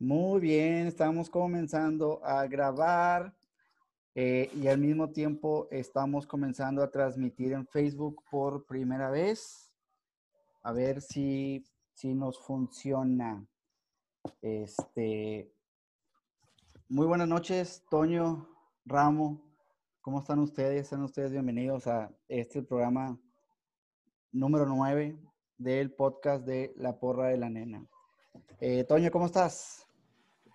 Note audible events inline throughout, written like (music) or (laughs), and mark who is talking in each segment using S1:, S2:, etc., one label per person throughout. S1: Muy bien, estamos comenzando a grabar eh, y al mismo tiempo estamos comenzando a transmitir en Facebook por primera vez. A ver si, si nos funciona. Este, muy buenas noches, Toño, Ramo. ¿Cómo están ustedes? Sean ustedes bienvenidos a este programa número 9 del podcast de La Porra de la Nena. Eh, Toño, ¿cómo estás?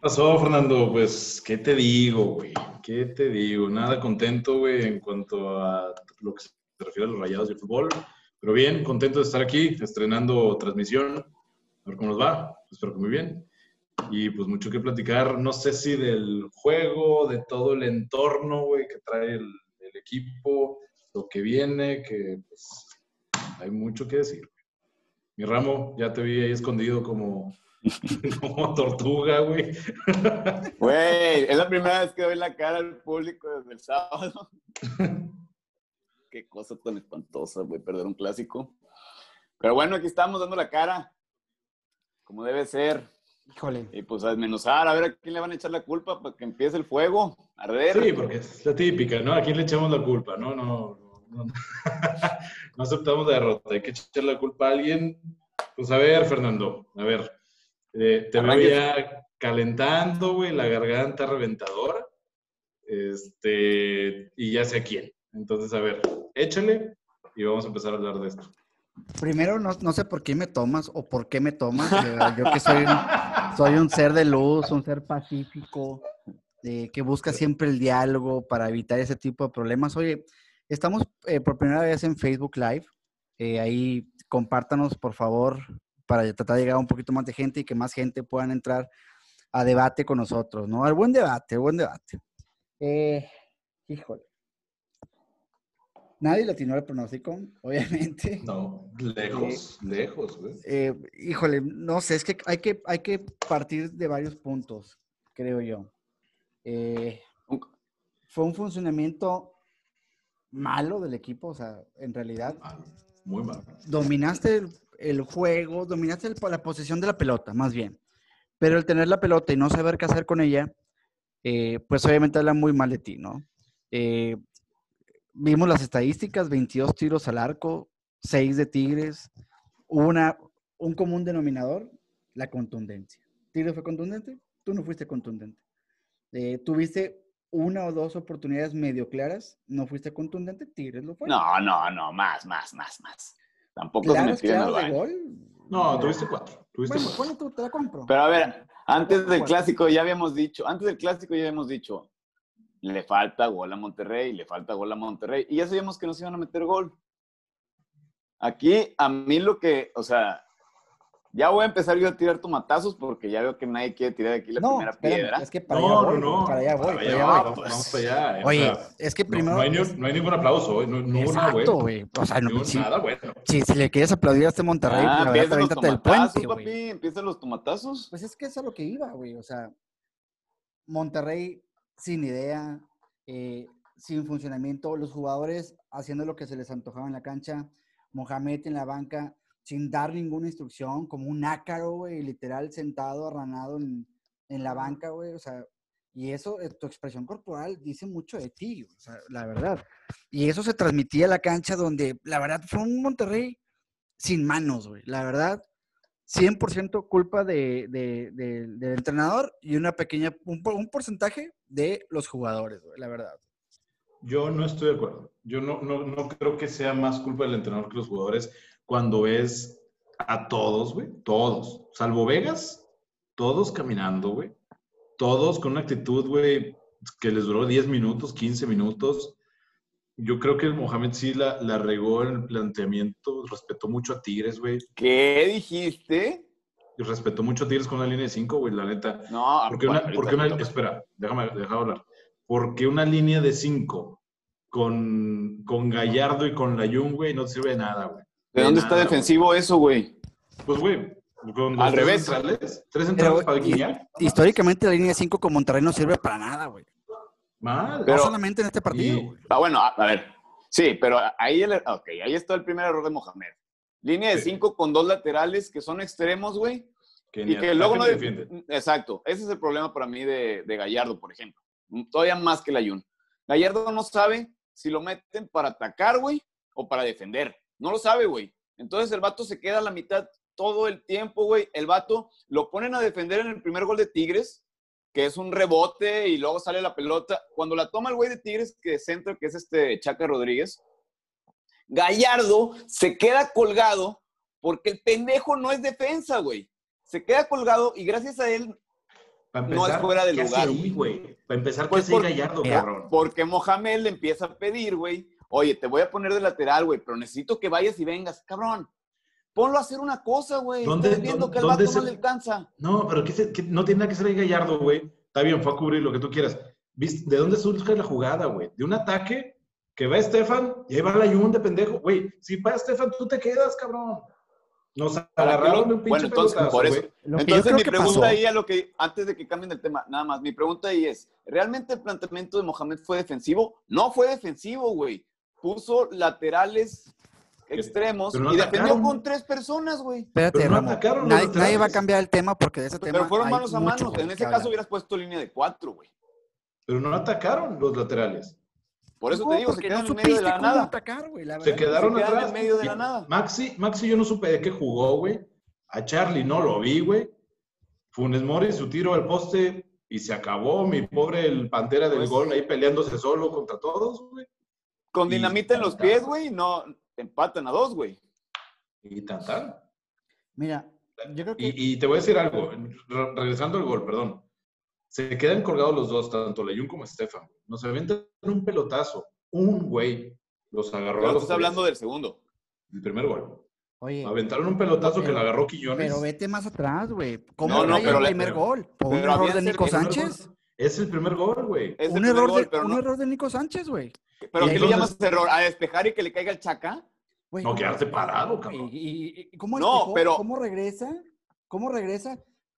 S2: pasó, Fernando? Pues, ¿qué te digo, güey? ¿Qué te digo? Nada contento, güey, en cuanto a lo que se refiere a los rayados del fútbol. Pero bien, contento de estar aquí, estrenando transmisión. A ver cómo nos va. Espero que muy bien. Y pues mucho que platicar, no sé si del juego, de todo el entorno, güey, que trae el, el equipo, lo que viene, que pues hay mucho que decir. Mi ramo, ya te vi ahí escondido como (laughs) como tortuga, güey.
S3: Güey, es la primera vez que doy la cara al público desde el sábado. Qué cosa tan espantosa, güey, perder un clásico. Pero bueno, aquí estamos dando la cara, como debe ser.
S1: Híjole.
S3: Y pues a desmenuzar, a ver a quién le van a echar la culpa para que empiece el fuego, a arder.
S2: Sí, porque es la típica, ¿no? ¿A quién le echamos la culpa? No, no, no. (laughs) No aceptamos la derrota, hay que echar la culpa a alguien. Pues a ver, Fernando, a ver, eh, te veo ya calentando, güey, la garganta reventadora. Este, y ya sé a quién. Entonces, a ver, échale y vamos a empezar a hablar de esto.
S1: Primero, no, no sé por qué me tomas o por qué me tomas. eh, Yo que soy (laughs) un, soy un ser de luz, un ser pacífico, eh, que busca siempre el diálogo para evitar ese tipo de problemas. Oye, estamos eh, por primera vez en Facebook Live. Eh, ahí compártanos, por favor, para tratar de llegar a un poquito más de gente y que más gente puedan entrar a debate con nosotros, ¿no? Al buen debate, al buen debate. Eh, híjole. Nadie latinó el pronóstico, obviamente.
S2: No, lejos, lejos, güey.
S1: Eh, híjole, no sé, es que hay que, hay que partir de varios puntos, creo yo. Eh, fue un funcionamiento malo del equipo, o sea, en realidad
S2: Malo, muy malo.
S1: dominaste el, el juego, dominaste el- la posesión de la pelota, más bien. Pero el tener la pelota y no saber qué hacer con ella, eh, pues obviamente habla muy mal de ti, ¿no? Eh, vimos las estadísticas, 22 tiros al arco, 6 de Tigres, hubo una, un común denominador, la contundencia. ¿Tigres fue contundente? Tú no fuiste contundente. Eh, tuviste una o dos oportunidades medio claras, no fuiste contundente, Tigres lo fue.
S3: No, pues no, no, más, más, más, más. Tampoco se
S1: claras,
S3: me tiran al
S1: claras de
S3: baño.
S1: gol.
S2: No,
S1: eh,
S2: tuviste cuatro. Tuviste
S1: bueno,
S2: cuatro.
S1: ponle tú, te la compro.
S3: Pero a ver, antes del clásico ya habíamos dicho, antes del clásico ya habíamos dicho, le falta gol a Monterrey, le falta gol a Monterrey, y ya sabíamos que nos iban a meter gol. Aquí, a mí lo que, o sea, ya voy a empezar yo a tirar tomatazos porque ya veo que nadie quiere tirar aquí la
S1: no,
S3: primera
S1: espérame,
S3: piedra.
S1: es que para allá
S2: No,
S1: voy,
S2: no, no.
S1: para allá voy,
S2: Para
S1: para
S2: allá
S1: allá
S2: vamos,
S1: voy.
S3: voy.
S2: vamos para allá. eh,
S1: Oye,
S2: o sea,
S1: es que
S2: no-
S1: primero...
S2: no, hay, ni- no hay ningún aplauso, hoy, no, no hubo nada
S1: Exacto,
S2: bueno.
S1: güey. O sea, no,
S2: No hubo
S1: si,
S2: nada bueno.
S1: si, si le quieres aplaudir a este Monterrey,
S3: Ah,
S1: la verdad,
S3: empiezan los
S1: aviéntate del
S3: tomatazos,
S1: puente, güey.
S3: papi, empiezan los tomatazos.
S1: Pues es que eso es a lo que iba, güey. O sea, Monterrey sin idea, eh, sin funcionamiento, los jugadores haciendo lo que se les antojaba en la cancha, Mohamed en la banca, sin dar ninguna instrucción, como un ácaro, güey, literal sentado, arranado en, en la banca, güey. O sea, y eso, eh, tu expresión corporal dice mucho de ti, o sea, la verdad. Y eso se transmitía a la cancha donde, la verdad, fue un Monterrey sin manos, güey. La verdad, 100% culpa de, de- de- del entrenador y una pequeña, un, por- un porcentaje de los jugadores, güey, la verdad.
S2: Yo no estoy de acuerdo. Yo no, no, no creo que sea más culpa del entrenador que los jugadores cuando es a todos, güey. Todos. Salvo Vegas, todos caminando, güey. Todos con una actitud, güey, que les duró 10 minutos, 15 minutos. Yo creo que el Mohamed sí la, la regó en el planteamiento, respetó mucho a Tigres, güey.
S3: ¿Qué dijiste?
S2: Y Respetó mucho a Tigres con la línea de 5, güey, la neta.
S3: No,
S2: ¿Por qué una,
S3: Ah, ahorita
S2: por qué una-
S3: me toca.
S2: espera, déjame, déjame hablar. ¿Por qué una línea de 5 con, con Gallardo y con Layun, güey, no te sirve de nada, güey?
S3: ¿De dónde está
S2: nada,
S3: defensivo eso, güey?
S2: Pues, güey, con los
S3: Al
S2: tres
S3: revés.
S2: centrales, tres
S1: Pero,
S2: centrales para
S1: y-
S2: guiar.
S1: Históricamente la línea 5 con Monterrey no sirve para nada, güey.
S2: Mal.
S1: No
S3: Pero-
S1: solamente en este partido,
S2: y-
S1: güey.
S3: Ah, bueno, a, a ver. Sí, pero ahí, el, ok, ahí está el primer error de Mohamed. Línea de
S2: Sí.
S3: cinco con dos laterales que son extremos, güey.
S4: Que ni
S3: Y que
S4: ataca
S3: luego
S4: ni
S3: no.
S4: defiende.
S3: Mm, Exacto. Ese es el problema para mí de, de Gallardo, por ejemplo. Mm, Todavía más que el Ayun. Gallardo no sabe si lo meten para atacar, güey, o para defender. No lo sabe, güey. Entonces el vato se queda a la mitad todo el tiempo, güey. El vato lo ponen a defender en el primer gol de Tigres, que es un rebote y luego sale la pelota. Cuando la toma el güey de Tigres, que centro, que es este Chaca Rodríguez, Gallardo se queda colgado porque el pendejo no es defensa, güey. Se queda colgado y gracias a él,
S2: Para
S3: No es fuera de
S2: ¿qué
S3: lugar.
S2: hacía ahí, güey? Para empezar,
S3: Pues
S2: pues
S3: por-
S2: Gallardo,
S1: Mira,
S2: cabrón?
S3: porque Mohamed le empieza a pedir, güey, oye, te voy a poner de lateral, güey, pero necesito que vayas y vengas, cabrón. Ponlo a hacer una cosa, güey.
S2: ¿Dónde-
S3: Estás viendo que al
S2: dónde
S3: vato
S2: se-
S3: no le alcanza.
S2: No, pero que, se- que no tiene nada que ser ahí Gallardo, güey. Está bien, fue a cubrir lo que tú quieras. ¿Viste? ¿De dónde surge la jugada, güey? De un ataque que va Estefan y ahí va la Jun de pendejo. Güey, si va Estefan, tú te quedas, cabrón. Nos
S3: Para que
S2: agarraron
S3: lo-
S2: un pinche
S3: Bueno, entonces,
S2: pelotazo,
S3: por eso.
S2: güey.
S1: Lo que yo
S3: Entonces,
S1: creo
S3: mi
S1: que
S3: pregunta
S1: pasó-
S3: ahí a lo que, antes de que cambien el tema, nada más, mi pregunta ahí es, ¿realmente el planteamiento de Mohamed fue defensivo? No fue defensivo, güey. Puso laterales extremos
S2: pero no
S3: y defendió
S2: atacaron.
S3: con tres personas, güey.
S1: Espérate,
S2: Pero no
S1: Ramo.
S2: atacaron los
S1: Nadie, nadie va a
S2: laterales.
S1: cambiar el tema porque de ese tema.
S3: Pero fueron
S1: hay
S3: manos a
S1: mucho
S3: manos.
S1: por
S3: En
S1: qué
S3: ese
S1: hablar.
S3: caso hubieras puesto línea de cuatro, güey.
S2: Pero no atacaron los laterales.
S3: Por eso
S1: No,
S3: te digo, se
S1: porque
S3: quedan
S1: no
S3: en medio de
S1: supiste
S3: la
S1: cómo
S3: nada.
S1: atacar, güey, la
S2: Se
S1: verdad.
S2: quedaron
S3: se quedan
S2: atrás.
S3: en medio de la
S2: Y
S3: nada.
S2: Maxi, Maxi, yo no supe de qué jugó, güey. A Charlie no lo vi, güey. Funes Mori, su tiro al poste y se acabó. Mi pobre el Pantera del
S3: Pues-
S2: gol ahí peleándose solo contra todos, güey.
S3: Con
S2: Y
S3: dinamita en los
S2: tantán.
S3: pies, güey, no empatan a dos, güey.
S2: Y tantar.
S1: Mira, yo creo que.
S2: Y, y te voy a decir algo, re- regresando al gol, perdón. Se quedan colgados los dos, tanto Leyun como Estefan. Nos avientan un pelotazo, un güey. Los agarró
S3: Pero
S2: a
S3: tú
S2: los
S3: estás hablando del segundo.
S2: El primer gol.
S1: Oye,
S2: Aventaron un pelotazo que
S1: Pero-
S2: lo agarró Quillones.
S1: pero vete más atrás, güey. ¿Cómo
S3: No,
S1: no,
S3: no, pero
S1: el
S3: la-
S1: primer
S2: pero-
S1: gol? ¿Por un
S3: pero
S1: error
S3: había
S1: de Nico
S3: servido
S2: El primer
S1: Sánchez?
S2: gol- Es el primer gol, güey.
S3: Es el
S1: Un
S3: primer
S1: error,
S3: gol,
S1: de,
S3: pero
S1: un
S3: no-
S1: error de Nico Sánchez, güey.
S3: ¿Pero
S2: Y
S3: qué le
S2: entonces-
S3: llamas error? ¿A despejar y que le caiga el chaca?
S1: Güey,
S2: No, quedarse parado,
S1: güey,
S2: cabrón.
S1: y- y- ¿Cómo,
S3: No,
S1: despejó?
S3: pero-
S1: ¿Cómo regresa? ¿Cómo regresa?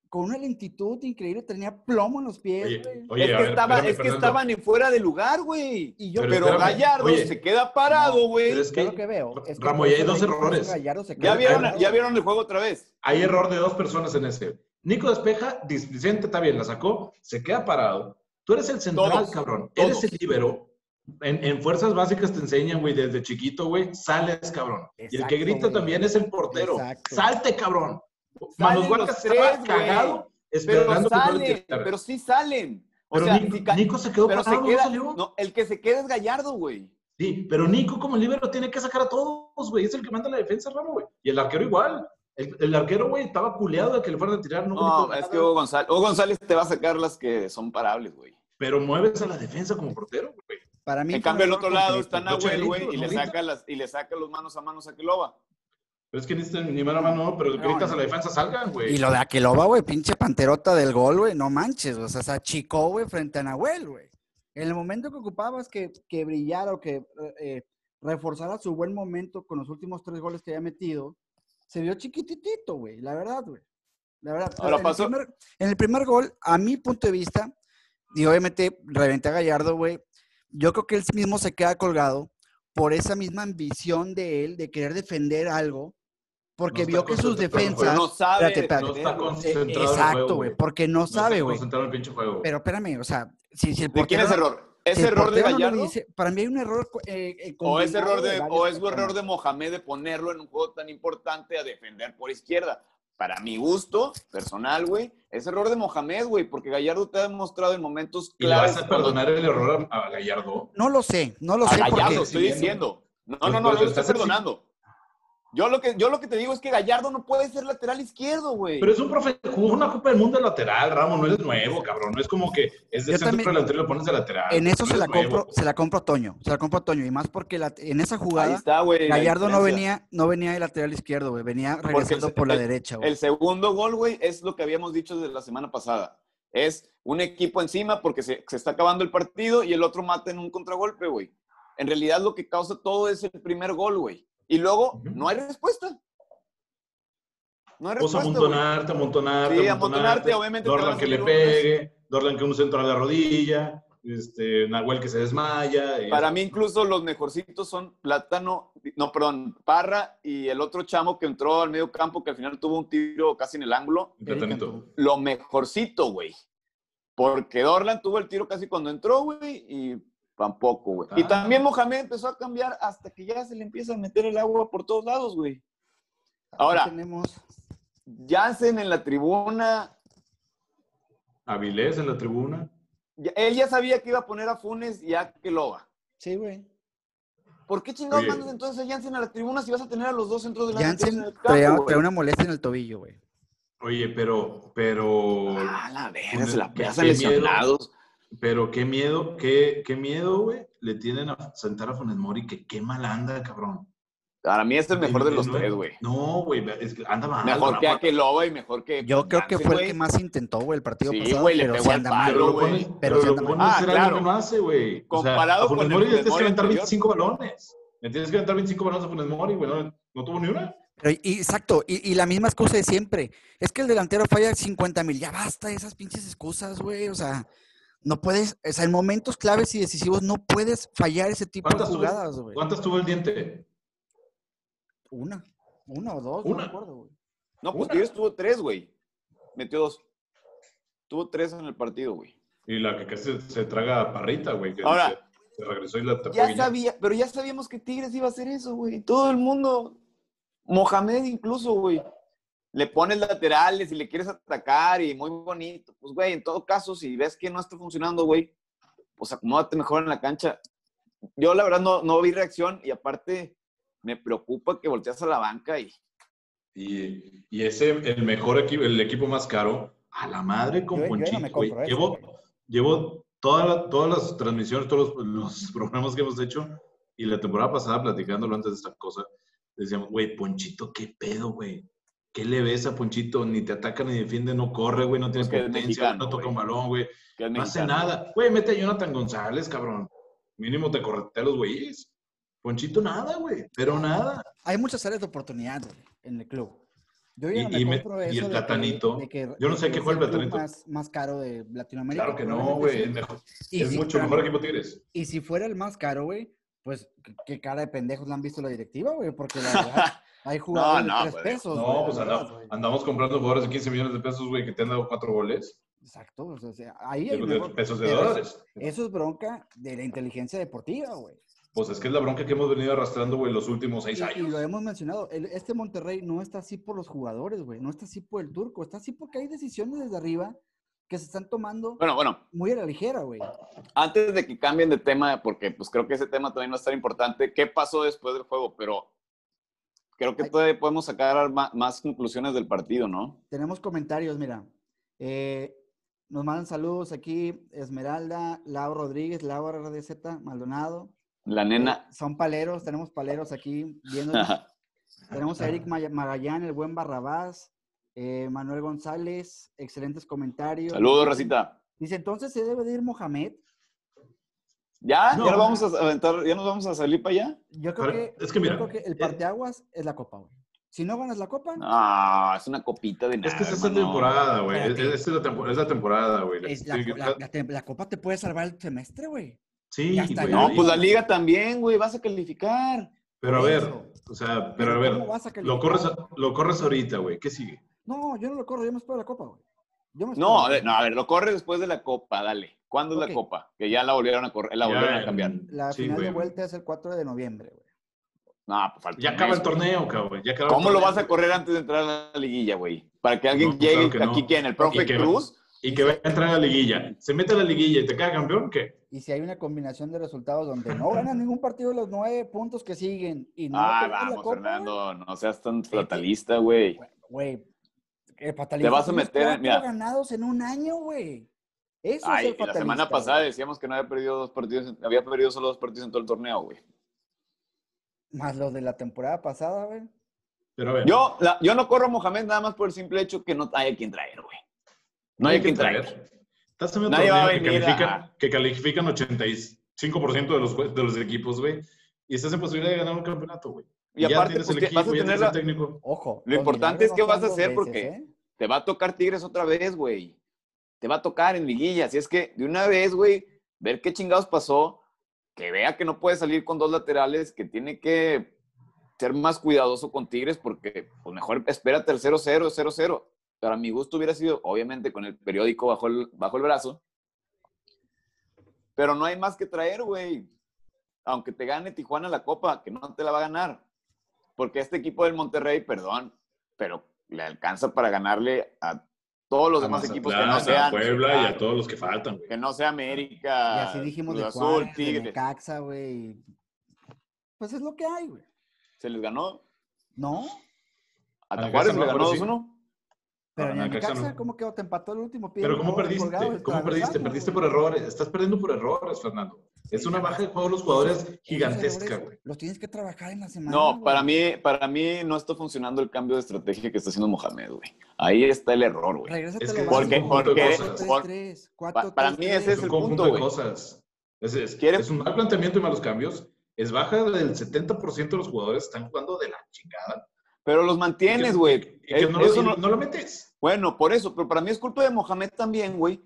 S1: Con una lentitud increíble, tenía plomo en los pies,
S2: Oye, pues
S1: güey.
S2: oye,
S3: es que,
S2: a ver,
S3: estaba-
S2: espérame,
S3: es que
S2: Fernando.
S3: estaban en fuera de lugar, güey.
S1: Y yo,
S2: Pero
S3: Pero,
S2: espérame,
S3: Gallardo
S2: oye.
S3: se queda parado, güey.
S2: Pero es
S1: yo
S2: que
S1: lo que veo. Es que
S2: Ramo,
S1: por
S2: ya hay
S1: eso
S2: dos
S1: Nico
S2: errores.
S1: Gallardo se
S3: ¿Ya
S1: queda
S3: vieron,
S1: parado.
S3: ya vieron el juego otra vez.
S2: Hay error de dos personas en ese. Nico despeja, displicente está bien, la sacó, se queda parado. Tú eres el central,
S3: Todos,
S2: cabrón.
S3: todos.
S2: Eres el libero. En, en fuerzas básicas te enseñan, güey, desde chiquito, güey, sales, cabrón. y el
S1: Exacto,
S2: que grita
S1: güey.
S2: también es el portero.
S1: Exacto.
S2: Salte, cabrón.
S3: Salen
S2: Manos Huerta
S3: los
S2: estaba
S3: tres, güey.
S2: cagado,
S3: Pero
S2: esperando que fuera el
S3: salen,
S2: titular.
S3: pero sí salen. O
S2: Pero
S3: sea,
S2: Nico,
S3: si ca-
S2: Nico se quedó
S3: pero
S2: parado,
S3: se
S2: no
S3: queda-
S2: salió.
S3: no, el que se queda es Gallardo, güey.
S2: Sí, pero Nico como libero tiene que sacar a todos, güey. Es el que manda la defensa, Ramo, güey. Y el arquero igual. El, el arquero, güey, estaba culeado de que le fueran a tirar. No,
S3: No,
S2: gritó
S3: es
S2: nada.
S3: que Hugo González, Hugo González te va a sacar las que son parables, güey.
S2: Pero mueves a la defensa como portero, güey.
S1: Para mí.
S3: En
S1: fue un
S3: cambio, el
S1: error
S3: otro lado
S1: completo.
S3: está Nahuel,
S2: Ocho
S3: güey,
S2: gritos,
S3: y le
S2: ¿no?
S3: saca las y le saca los manos a manos a Keloba.
S2: Pero es que ni, este- ni mano a mano, no, pero
S1: No,
S2: gritas
S1: no.
S2: a la defensa, salgan, güey.
S1: Y lo de Aqueloba, güey, pinche panterota del gol, güey, no manches, o sea, se achicó, güey, frente a Nahuel, güey. En el momento que ocupabas que, que brillara o que eh, eh, reforzara su buen momento con los últimos tres goles que había metido, se vio chiquititito, güey, la verdad, güey. La verdad.
S3: Ahora
S1: en, el
S3: pasó-
S1: primer, en el primer gol, a mi punto de vista, y obviamente reventé a Gallardo, güey, yo creo que él mismo se queda colgado por esa misma ambición de él de querer defender algo, porque
S2: está
S1: vio que sus
S2: concentrado en el
S1: defensas
S3: Pero no sabe.
S1: Espérate, espérate.
S2: No está
S3: defender, güey.
S1: eh,
S2: concentrado en el
S1: Exacto,
S2: juego,
S1: güey, porque no
S2: No está
S1: sabe, güey.
S2: concentrado en el pinche juego.
S1: Pero espérame, o sea, si, si el
S3: ¿De quién
S1: portero
S3: es
S1: no-
S3: error?
S1: si
S3: ¿Es
S1: el
S3: error de
S1: portero no le
S3: Gallardo?
S1: dice- para mí hay un error. co- eh, eh,
S3: ¿O es, error
S1: combinado
S3: de,
S1: varias
S3: o es un error
S1: personas.
S3: de Mohamed de ponerlo en un juego tan importante a defender por izquierda? Para mi gusto personal, güey, es error de Mohamed, güey, porque Gallardo te ha demostrado en momentos
S2: ¿Y le
S3: claves.
S2: vas a
S3: cuando-
S2: perdonar el error a a Gallardo?
S1: No lo sé, no lo
S3: A
S1: sé. por
S3: Gallardo,
S1: qué.
S3: estoy
S2: Sí,
S3: diciendo. No,
S2: Pues,
S3: no, no,
S2: pues,
S3: no lo estoy
S2: estás así.
S3: perdonando. Yo lo, que, yo lo que te digo es que Gallardo no puede ser lateral izquierdo, güey.
S2: Pero es un profe, jugó una Copa del Mundo de lateral, Ramo, no eres nuevo, cabrón. No es como que es de
S1: Yo
S2: centro
S1: también-
S2: delantero y lo pones de lateral.
S1: En eso
S2: No
S1: se la
S2: eres nuevo,
S1: compro, se la compro a Toño, se la compro a Toño y más porque la- en esa
S3: Ahí
S1: jugada
S3: está, güey. la
S1: Gallardo no
S3: diferencia.
S1: venía, no venía de lateral izquierdo, güey, venía
S3: el-
S1: regresando por la
S3: el-
S1: derecha, güey.
S3: El segundo gol, güey, es lo que habíamos dicho desde la semana pasada. Es un equipo encima porque se, se está acabando el partido y el otro mata en un contragolpe, güey. En realidad lo que causa todo es el primer gol, güey. Y luego
S2: Ujú.
S3: no hay respuesta. No hay
S2: Pues
S3: respuesta. güey.
S2: amontonarte, amontonarte.
S3: Sí, amontonarte, obviamente te
S2: Dorlan
S3: vas a
S2: que le
S3: hacer unas-
S2: pegue, Dorlan que un centro a la rodilla, este, Nahuel que se desmaya. y-
S3: Para mí incluso los mejorcitos son Plátano, no, perdón, Parra y el otro chamo que entró al medio campo que al final tuvo un tiro casi en el ángulo.
S2: el platanito.
S3: Lo mejorcito, güey. Porque Dorlan tuvo el tiro casi cuando entró, güey, y tampoco, güey. Y
S2: Ah.
S3: también Mohamed empezó a cambiar hasta que ya se le empieza a meter el agua por todos lados, güey. Ahora.
S1: Aquí Tenemos,
S3: Jansen en la tribuna,
S2: Avilés en la tribuna.
S3: ya- él ya sabía que iba a poner a Funes y a Keloba.
S1: sí, güey.
S3: ¿Por qué chingados
S2: Oye.
S3: mandas entonces a Jansen a la tribuna si vas a tener a los dos centros delanteros en
S1: Jansen
S3: el campo,
S1: traía,
S3: güey?
S1: traía una molestia en el tobillo, güey.
S2: Oye, pero, pero,
S3: Ah, la verga,
S2: Funes,
S3: se la
S2: qué
S3: pasan
S2: miedo.
S3: lesionados.
S2: pero qué miedo, qué, qué miedo, güey, le tienen a sentar a Funes Mori, que qué mal anda, cabrón.
S3: Para mí este es el mejor de los
S2: No,
S3: tres, güey.
S2: No, güey, es que anda mal.
S3: Mejor que a
S2: Rafa.
S3: Keloba y mejor que.
S1: Yo creo que
S3: Eh, Jansen,
S1: fue el
S3: güey.
S1: que más intentó, güey, el partido
S3: Sí,
S1: pasado.
S3: güey, le
S1: pero
S3: pegó
S1: sí
S3: al
S1: anda
S2: Pero
S1: mal,
S3: palo,
S2: lo
S1: güey.
S3: güey.
S2: pone,
S1: Pero
S2: pero
S1: sí
S2: lo
S1: anda mal.
S2: pone a hacer
S3: Ah,
S2: algo
S3: claro.
S2: que no hace, güey.
S3: Comparado
S2: o sea, a Funes
S3: con el
S2: Mori le tienes
S3: Funes
S2: que
S3: Mori
S2: aventar
S3: anterior.
S2: 25 balones. Le tienes que aventar 25 balones a Funes Mori, güey. No, no tuvo ni una.
S1: Pero, y- exacto, y, y la misma excusa de siempre. Es que el delantero falla 50 mil. Ya basta de esas pinches excusas, güey. O sea, no puedes, o sea, en momentos claves y decisivos no puedes fallar ese tipo de
S2: ¿Cuántas tuvo?
S1: jugadas, güey.
S2: ¿Cuántas tuvo el diente?
S1: Una, una o dos, no
S2: Una.
S1: me acuerdo, güey.
S3: No, pues
S2: Una.
S3: Tigres tuvo tres, güey. Metió dos. Tuvo tres en el partido, güey.
S2: Y la que casi se traga a Parrita, güey. que
S3: Ahora.
S2: Se, se regresó y la tapó.
S3: Ya
S2: Guiñac.
S3: sabía, pero ya sabíamos que Tigres iba a hacer eso, güey. Todo el mundo, Mohamed incluso, güey. Le pones laterales y le quieres atacar y muy bonito. Pues, güey, en todo caso, si ves que no está funcionando, güey, pues acomódate mejor en la cancha. Yo, la verdad, no, no vi reacción y aparte me preocupa que volteas a la banca y
S2: Y, y ese, el mejor equipo, el equipo más caro, a la madre con
S1: Yo- yo no me
S2: Ponchito, güey.
S1: compro eso,
S2: Llevo,
S1: güey.
S2: llevo toda la- todas las transmisiones, todos los, los (laughs) programas que hemos hecho y la temporada pasada platicándolo antes de esta cosa, decíamos, güey, Ponchito, qué pedo, güey. ¿Qué le ves a Ponchito? Ni te ataca, ni defiende, no corre, güey, no tiene
S3: Porque es
S2: potencia, güey,
S3: mexicano,
S2: no toca
S3: güey.
S2: un balón, güey.
S3: que es
S2: No hace
S3: mexicano.
S2: nada. Güey, mete a Jonathan González, cabrón. Mínimo te correte a los güeyes. Ponchito nada, güey, pero nada.
S1: Hay muchas áreas de oportunidad güey, en el club. Yo
S2: Y-
S1: ya no
S2: y
S1: me
S2: me-
S1: compro
S2: y
S1: eso.
S2: el
S1: de que-
S2: platanito.
S1: de que-
S2: Yo no sé
S1: de que
S2: qué fue el
S1: sea club
S2: platanito.
S1: Más, más caro de Latinoamérica.
S2: Claro que no,
S1: probablemente sí.
S2: güey. Es, mejor-
S1: Y
S2: es
S1: sí,
S2: mucho
S1: pero-
S2: mejor equipo Tigres.
S1: Y si fuera el más caro, güey, pues qué- qué cara de pendejos le han visto la directiva, güey, porque
S2: (laughs)
S1: la verdad hay jugadores
S3: no,
S1: de tres
S3: pues,
S1: pesos. güey,
S2: No,
S1: la
S2: pues
S1: verdad,
S2: andamos,
S1: güey.
S2: andamos comprando jugadores de 15 millones de pesos, güey, que te han dado cuatro goles.
S1: Exacto, o sea, o sea, ahí
S2: De,
S1: hay
S2: pues, de
S1: mejor-
S2: pesos de
S1: pero eso-
S2: dólares.
S1: Eso es bronca de la inteligencia deportiva, güey.
S2: Pues es que es la bronca que hemos venido arrastrando, güey, los últimos seis
S1: Y, y
S2: años.
S1: lo hemos mencionado, el- este Monterrey no está así por los jugadores, güey, no está así por el turco, está así porque hay decisiones desde arriba que se están tomando
S3: Bueno, bueno,
S1: muy a la ligera, güey.
S3: antes de que cambien de tema, porque pues creo que ese tema también va a estar importante, ¿qué pasó después del juego? Pero creo que
S1: Ay.
S3: todavía podemos sacar ma- más conclusiones del partido, ¿no?
S1: Tenemos comentarios, mira. Eh, nos mandan saludos aquí Esmeralda, Lau Rodríguez, Laura RDZ, Maldonado.
S3: La nena. (laughs)
S1: Son paleros, tenemos paleros aquí viendo. tenemos a Eric Maya- Magallán, el buen Barrabás, eh, Manuel González, excelentes comentarios.
S3: Saludos, Racita.
S1: Dice, entonces se debe de ir Mohamed.
S3: ¿Ya?
S2: No.
S3: ¿Ya, lo vamos a aventar, ¿Ya nos vamos a salir para allá?
S1: Yo creo,
S2: Pero,
S1: que,
S2: es que
S1: yo
S2: mira,
S1: creo que el
S2: eh,
S1: parteaguas es la copa, güey. Si no ganas la copa,
S3: Ah, es una copita de nada,
S2: Es que es esta
S3: hermano.
S2: temporada, güey. Es,
S1: Espérate.
S2: es la tempo- es la temporada, güey. la que
S1: es la,
S2: tiene
S1: co-
S2: que-
S1: la- la tem- la copa te puede salvar el semestre, güey.
S2: Sí,
S1: ya está,
S2: güey.
S3: No,
S1: ahí.
S3: pues la liga también, güey. Vas a calificar.
S2: Pero a
S1: por
S2: ver,
S1: eso.
S2: o sea, pero a
S1: ¿Cómo
S2: ver,
S1: vas a calificar?
S2: lo corres, a- lo corres ahorita, güey. ¿Qué sigue?
S1: No, yo no lo corro, yo me espero la copa, güey. Yo me espero
S3: No,
S1: la
S3: a ver,
S1: copa.
S3: no, a ver, lo corre después de la copa, dale. ¿Cuándo
S1: Ok.
S3: es la copa? Que ya la volvieron a correr, la
S2: Ya
S3: volvieron a
S2: en-
S3: cambiar.
S1: La
S2: sí,
S1: final de
S2: güey.
S1: vuelta es el 4 de noviembre, güey.
S3: No, pues falta
S2: Ya
S3: un
S2: acaba
S3: mes,
S2: el torneo, cabrón. Ya acaba el
S3: ¿Cómo lo
S2: torneo,
S3: vas a
S2: güey.
S3: correr antes de entrar a la liguilla, güey? Para que alguien
S2: No, pues,
S3: llegue
S2: claro que no.
S3: aquí, ¿quién? ¿El profe
S2: Y que-
S3: Cruz?
S2: Y que va a entrar a la liguilla. Se mete a la liguilla y te cae campeón, ¿qué?
S1: Y si hay una combinación de resultados donde no
S3: (laughs)
S1: ganas ningún partido de los nueve puntos que siguen y no
S3: ah,
S1: peleas la
S3: vamos,
S1: copa,
S3: Fernando, no seas tan fatalista, güey.
S1: güey, Güey, el fatalista.
S3: Te vas a
S1: tienes
S3: meter en-
S1: cuatro
S3: mira.
S1: ganados en un año, güey. Eso es
S3: Ay,
S1: el
S3: la
S1: fatalista.
S3: semana pasada
S1: güey.
S3: decíamos que no había perdido dos partidos, había perdido solo dos partidos en todo el torneo, güey.
S1: Más los de la temporada pasada, güey.
S2: Pero a ver.
S3: Yo, la- yo no corro a Mohamed nada más por el simple hecho que no hay a quien traer, güey. No hay a quien traer.
S2: Estás en un
S3: Nadie va a
S2: torneo que
S3: venir
S2: califican,
S3: a-
S2: que califican 85% de los, jue- de los equipos, güey. Y estás en posibilidad de ganar un campeonato, güey.
S3: Y
S2: ya
S3: aparte,
S2: tienes
S3: pues,
S2: el
S3: te-
S2: equipo,
S3: vas
S2: ya
S3: a tener
S2: tienes
S3: la-
S2: el técnico.
S1: Ojo.
S3: Lo
S1: los
S3: importante es
S1: milagros
S3: qué
S1: no
S3: vas a
S1: son dos
S3: hacer, porque-
S1: ¿eh?
S3: Te va a tocar Tigres otra vez, güey. Te va a tocar en liguilla. Así es que, de una vez, güey, ver qué chingados pasó, que vea que no puede salir con dos laterales, que tiene que ser más cuidadoso con Tigres porque pues mejor espérate al 0-0, 0-0. Para mi gusto hubiera sido, obviamente, con el periódico bajo el, bajo el brazo. Pero no hay más que traer, güey. Aunque te gane Tijuana la copa, que no te la va a ganar. Porque este equipo del Monterrey, perdón, pero le alcanza para ganarle a todos los
S2: A
S3: demás
S2: Mazatlán,
S3: equipos que no
S2: a
S3: sean
S2: Puebla y a
S3: claro,
S2: todos los que faltan, güey.
S3: que no sea América,
S1: Ah, Y así dijimos
S3: Ah, Cruz
S1: de
S3: Azul,
S1: Juárez, de
S3: Tigres.
S1: Necaxa, güey. Pues es lo que hay, güey.
S3: Se les ganó.
S1: ¿No?
S3: A
S2: Necaxa
S3: Juárez se
S2: no,
S3: le ganó
S2: pero sí.
S3: 2-1.
S1: Pero
S2: Para
S1: ni a
S2: Necaxa
S1: Necaxa,
S2: no.
S1: ¿cómo quedó? Te empató el último pie.
S2: Pero
S1: un
S2: ¿cómo
S1: gol
S2: perdiste?
S1: colgado, está
S2: ¿Cómo perdiste?
S1: regresando,
S2: Perdiste por
S1: güey.
S2: errores. Estás perdiendo por errores, Fernando. Es una baja de juego de los jugadores gigantesca,
S1: Esos
S2: güey.
S1: errores Los tienes que trabajar en la semana.
S3: No,
S1: güey.
S3: para mí, para mí no está funcionando el cambio de estrategia que está haciendo Mohamed, güey. Ahí está el error, güey.
S1: Regrésate
S2: Es
S1: a
S2: que
S1: lo
S3: porque-
S1: básico,
S3: porque-
S1: güey.
S2: porque-
S1: 4-3-3,
S3: Pa- para mí ese
S2: Es
S3: el
S1: 4-3-3.
S2: un conjunto
S3: punto,
S2: de
S3: güey.
S2: cosas. Es, es-
S3: ¿Quiere-
S2: es un mal planteamiento y malos cambios. Es baja del 70% de los jugadores están jugando de la chingada.
S3: Pero los
S2: Y
S3: mantienes,
S2: que-
S3: güey.
S2: Y que
S3: Eh,
S2: no,
S3: eso
S2: lo, y
S3: no-
S2: no lo metes.
S3: Bueno, por eso, pero para mí es culpa de Mohamed también, güey.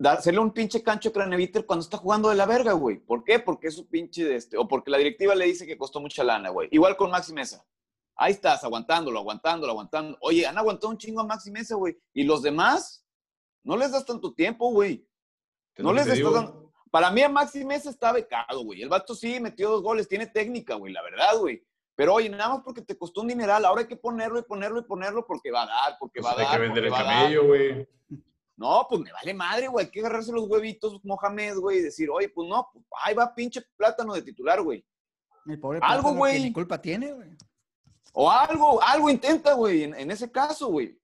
S3: de Hacerle un pinche cancho a Craneviter cuando está jugando de la verga, güey. ¿Por qué? Porque es un pinche de este. O porque la directiva le dice que costó mucha lana, güey. Igual con Maxi Mesa. Ahí estás, aguantándolo, aguantándolo, aguantando. Oye, han aguantado un chingo a Maxi Mesa, güey. ¿Y los demás? No les das tanto tiempo, güey.
S2: Es
S3: No
S2: lo que
S3: les
S2: te digo.
S3: estás dando- Para mí, a Maxi Mesa está becado, güey. El vato sí metió dos goles, tiene técnica, güey, la verdad, güey. Pero oye, nada más porque te costó un dineral, ahora hay que ponerlo y ponerlo y ponerlo porque va a dar, porque
S2: Pues
S3: va a
S2: hay
S3: dar.
S2: que vender
S3: porque
S2: el
S3: va a dar.
S2: camello, güey.
S3: No, pues me vale madre, güey. Hay que agarrarse los huevitos, Mohamed, güey, y decir, oye, pues no, pues, ahí va pinche plátano de titular, güey.
S1: El pobre
S3: Algo,
S1: Plátano que
S3: güey.
S1: ni culpa tiene, güey.
S3: O algo, algo intenta, güey, en, en ese caso, güey.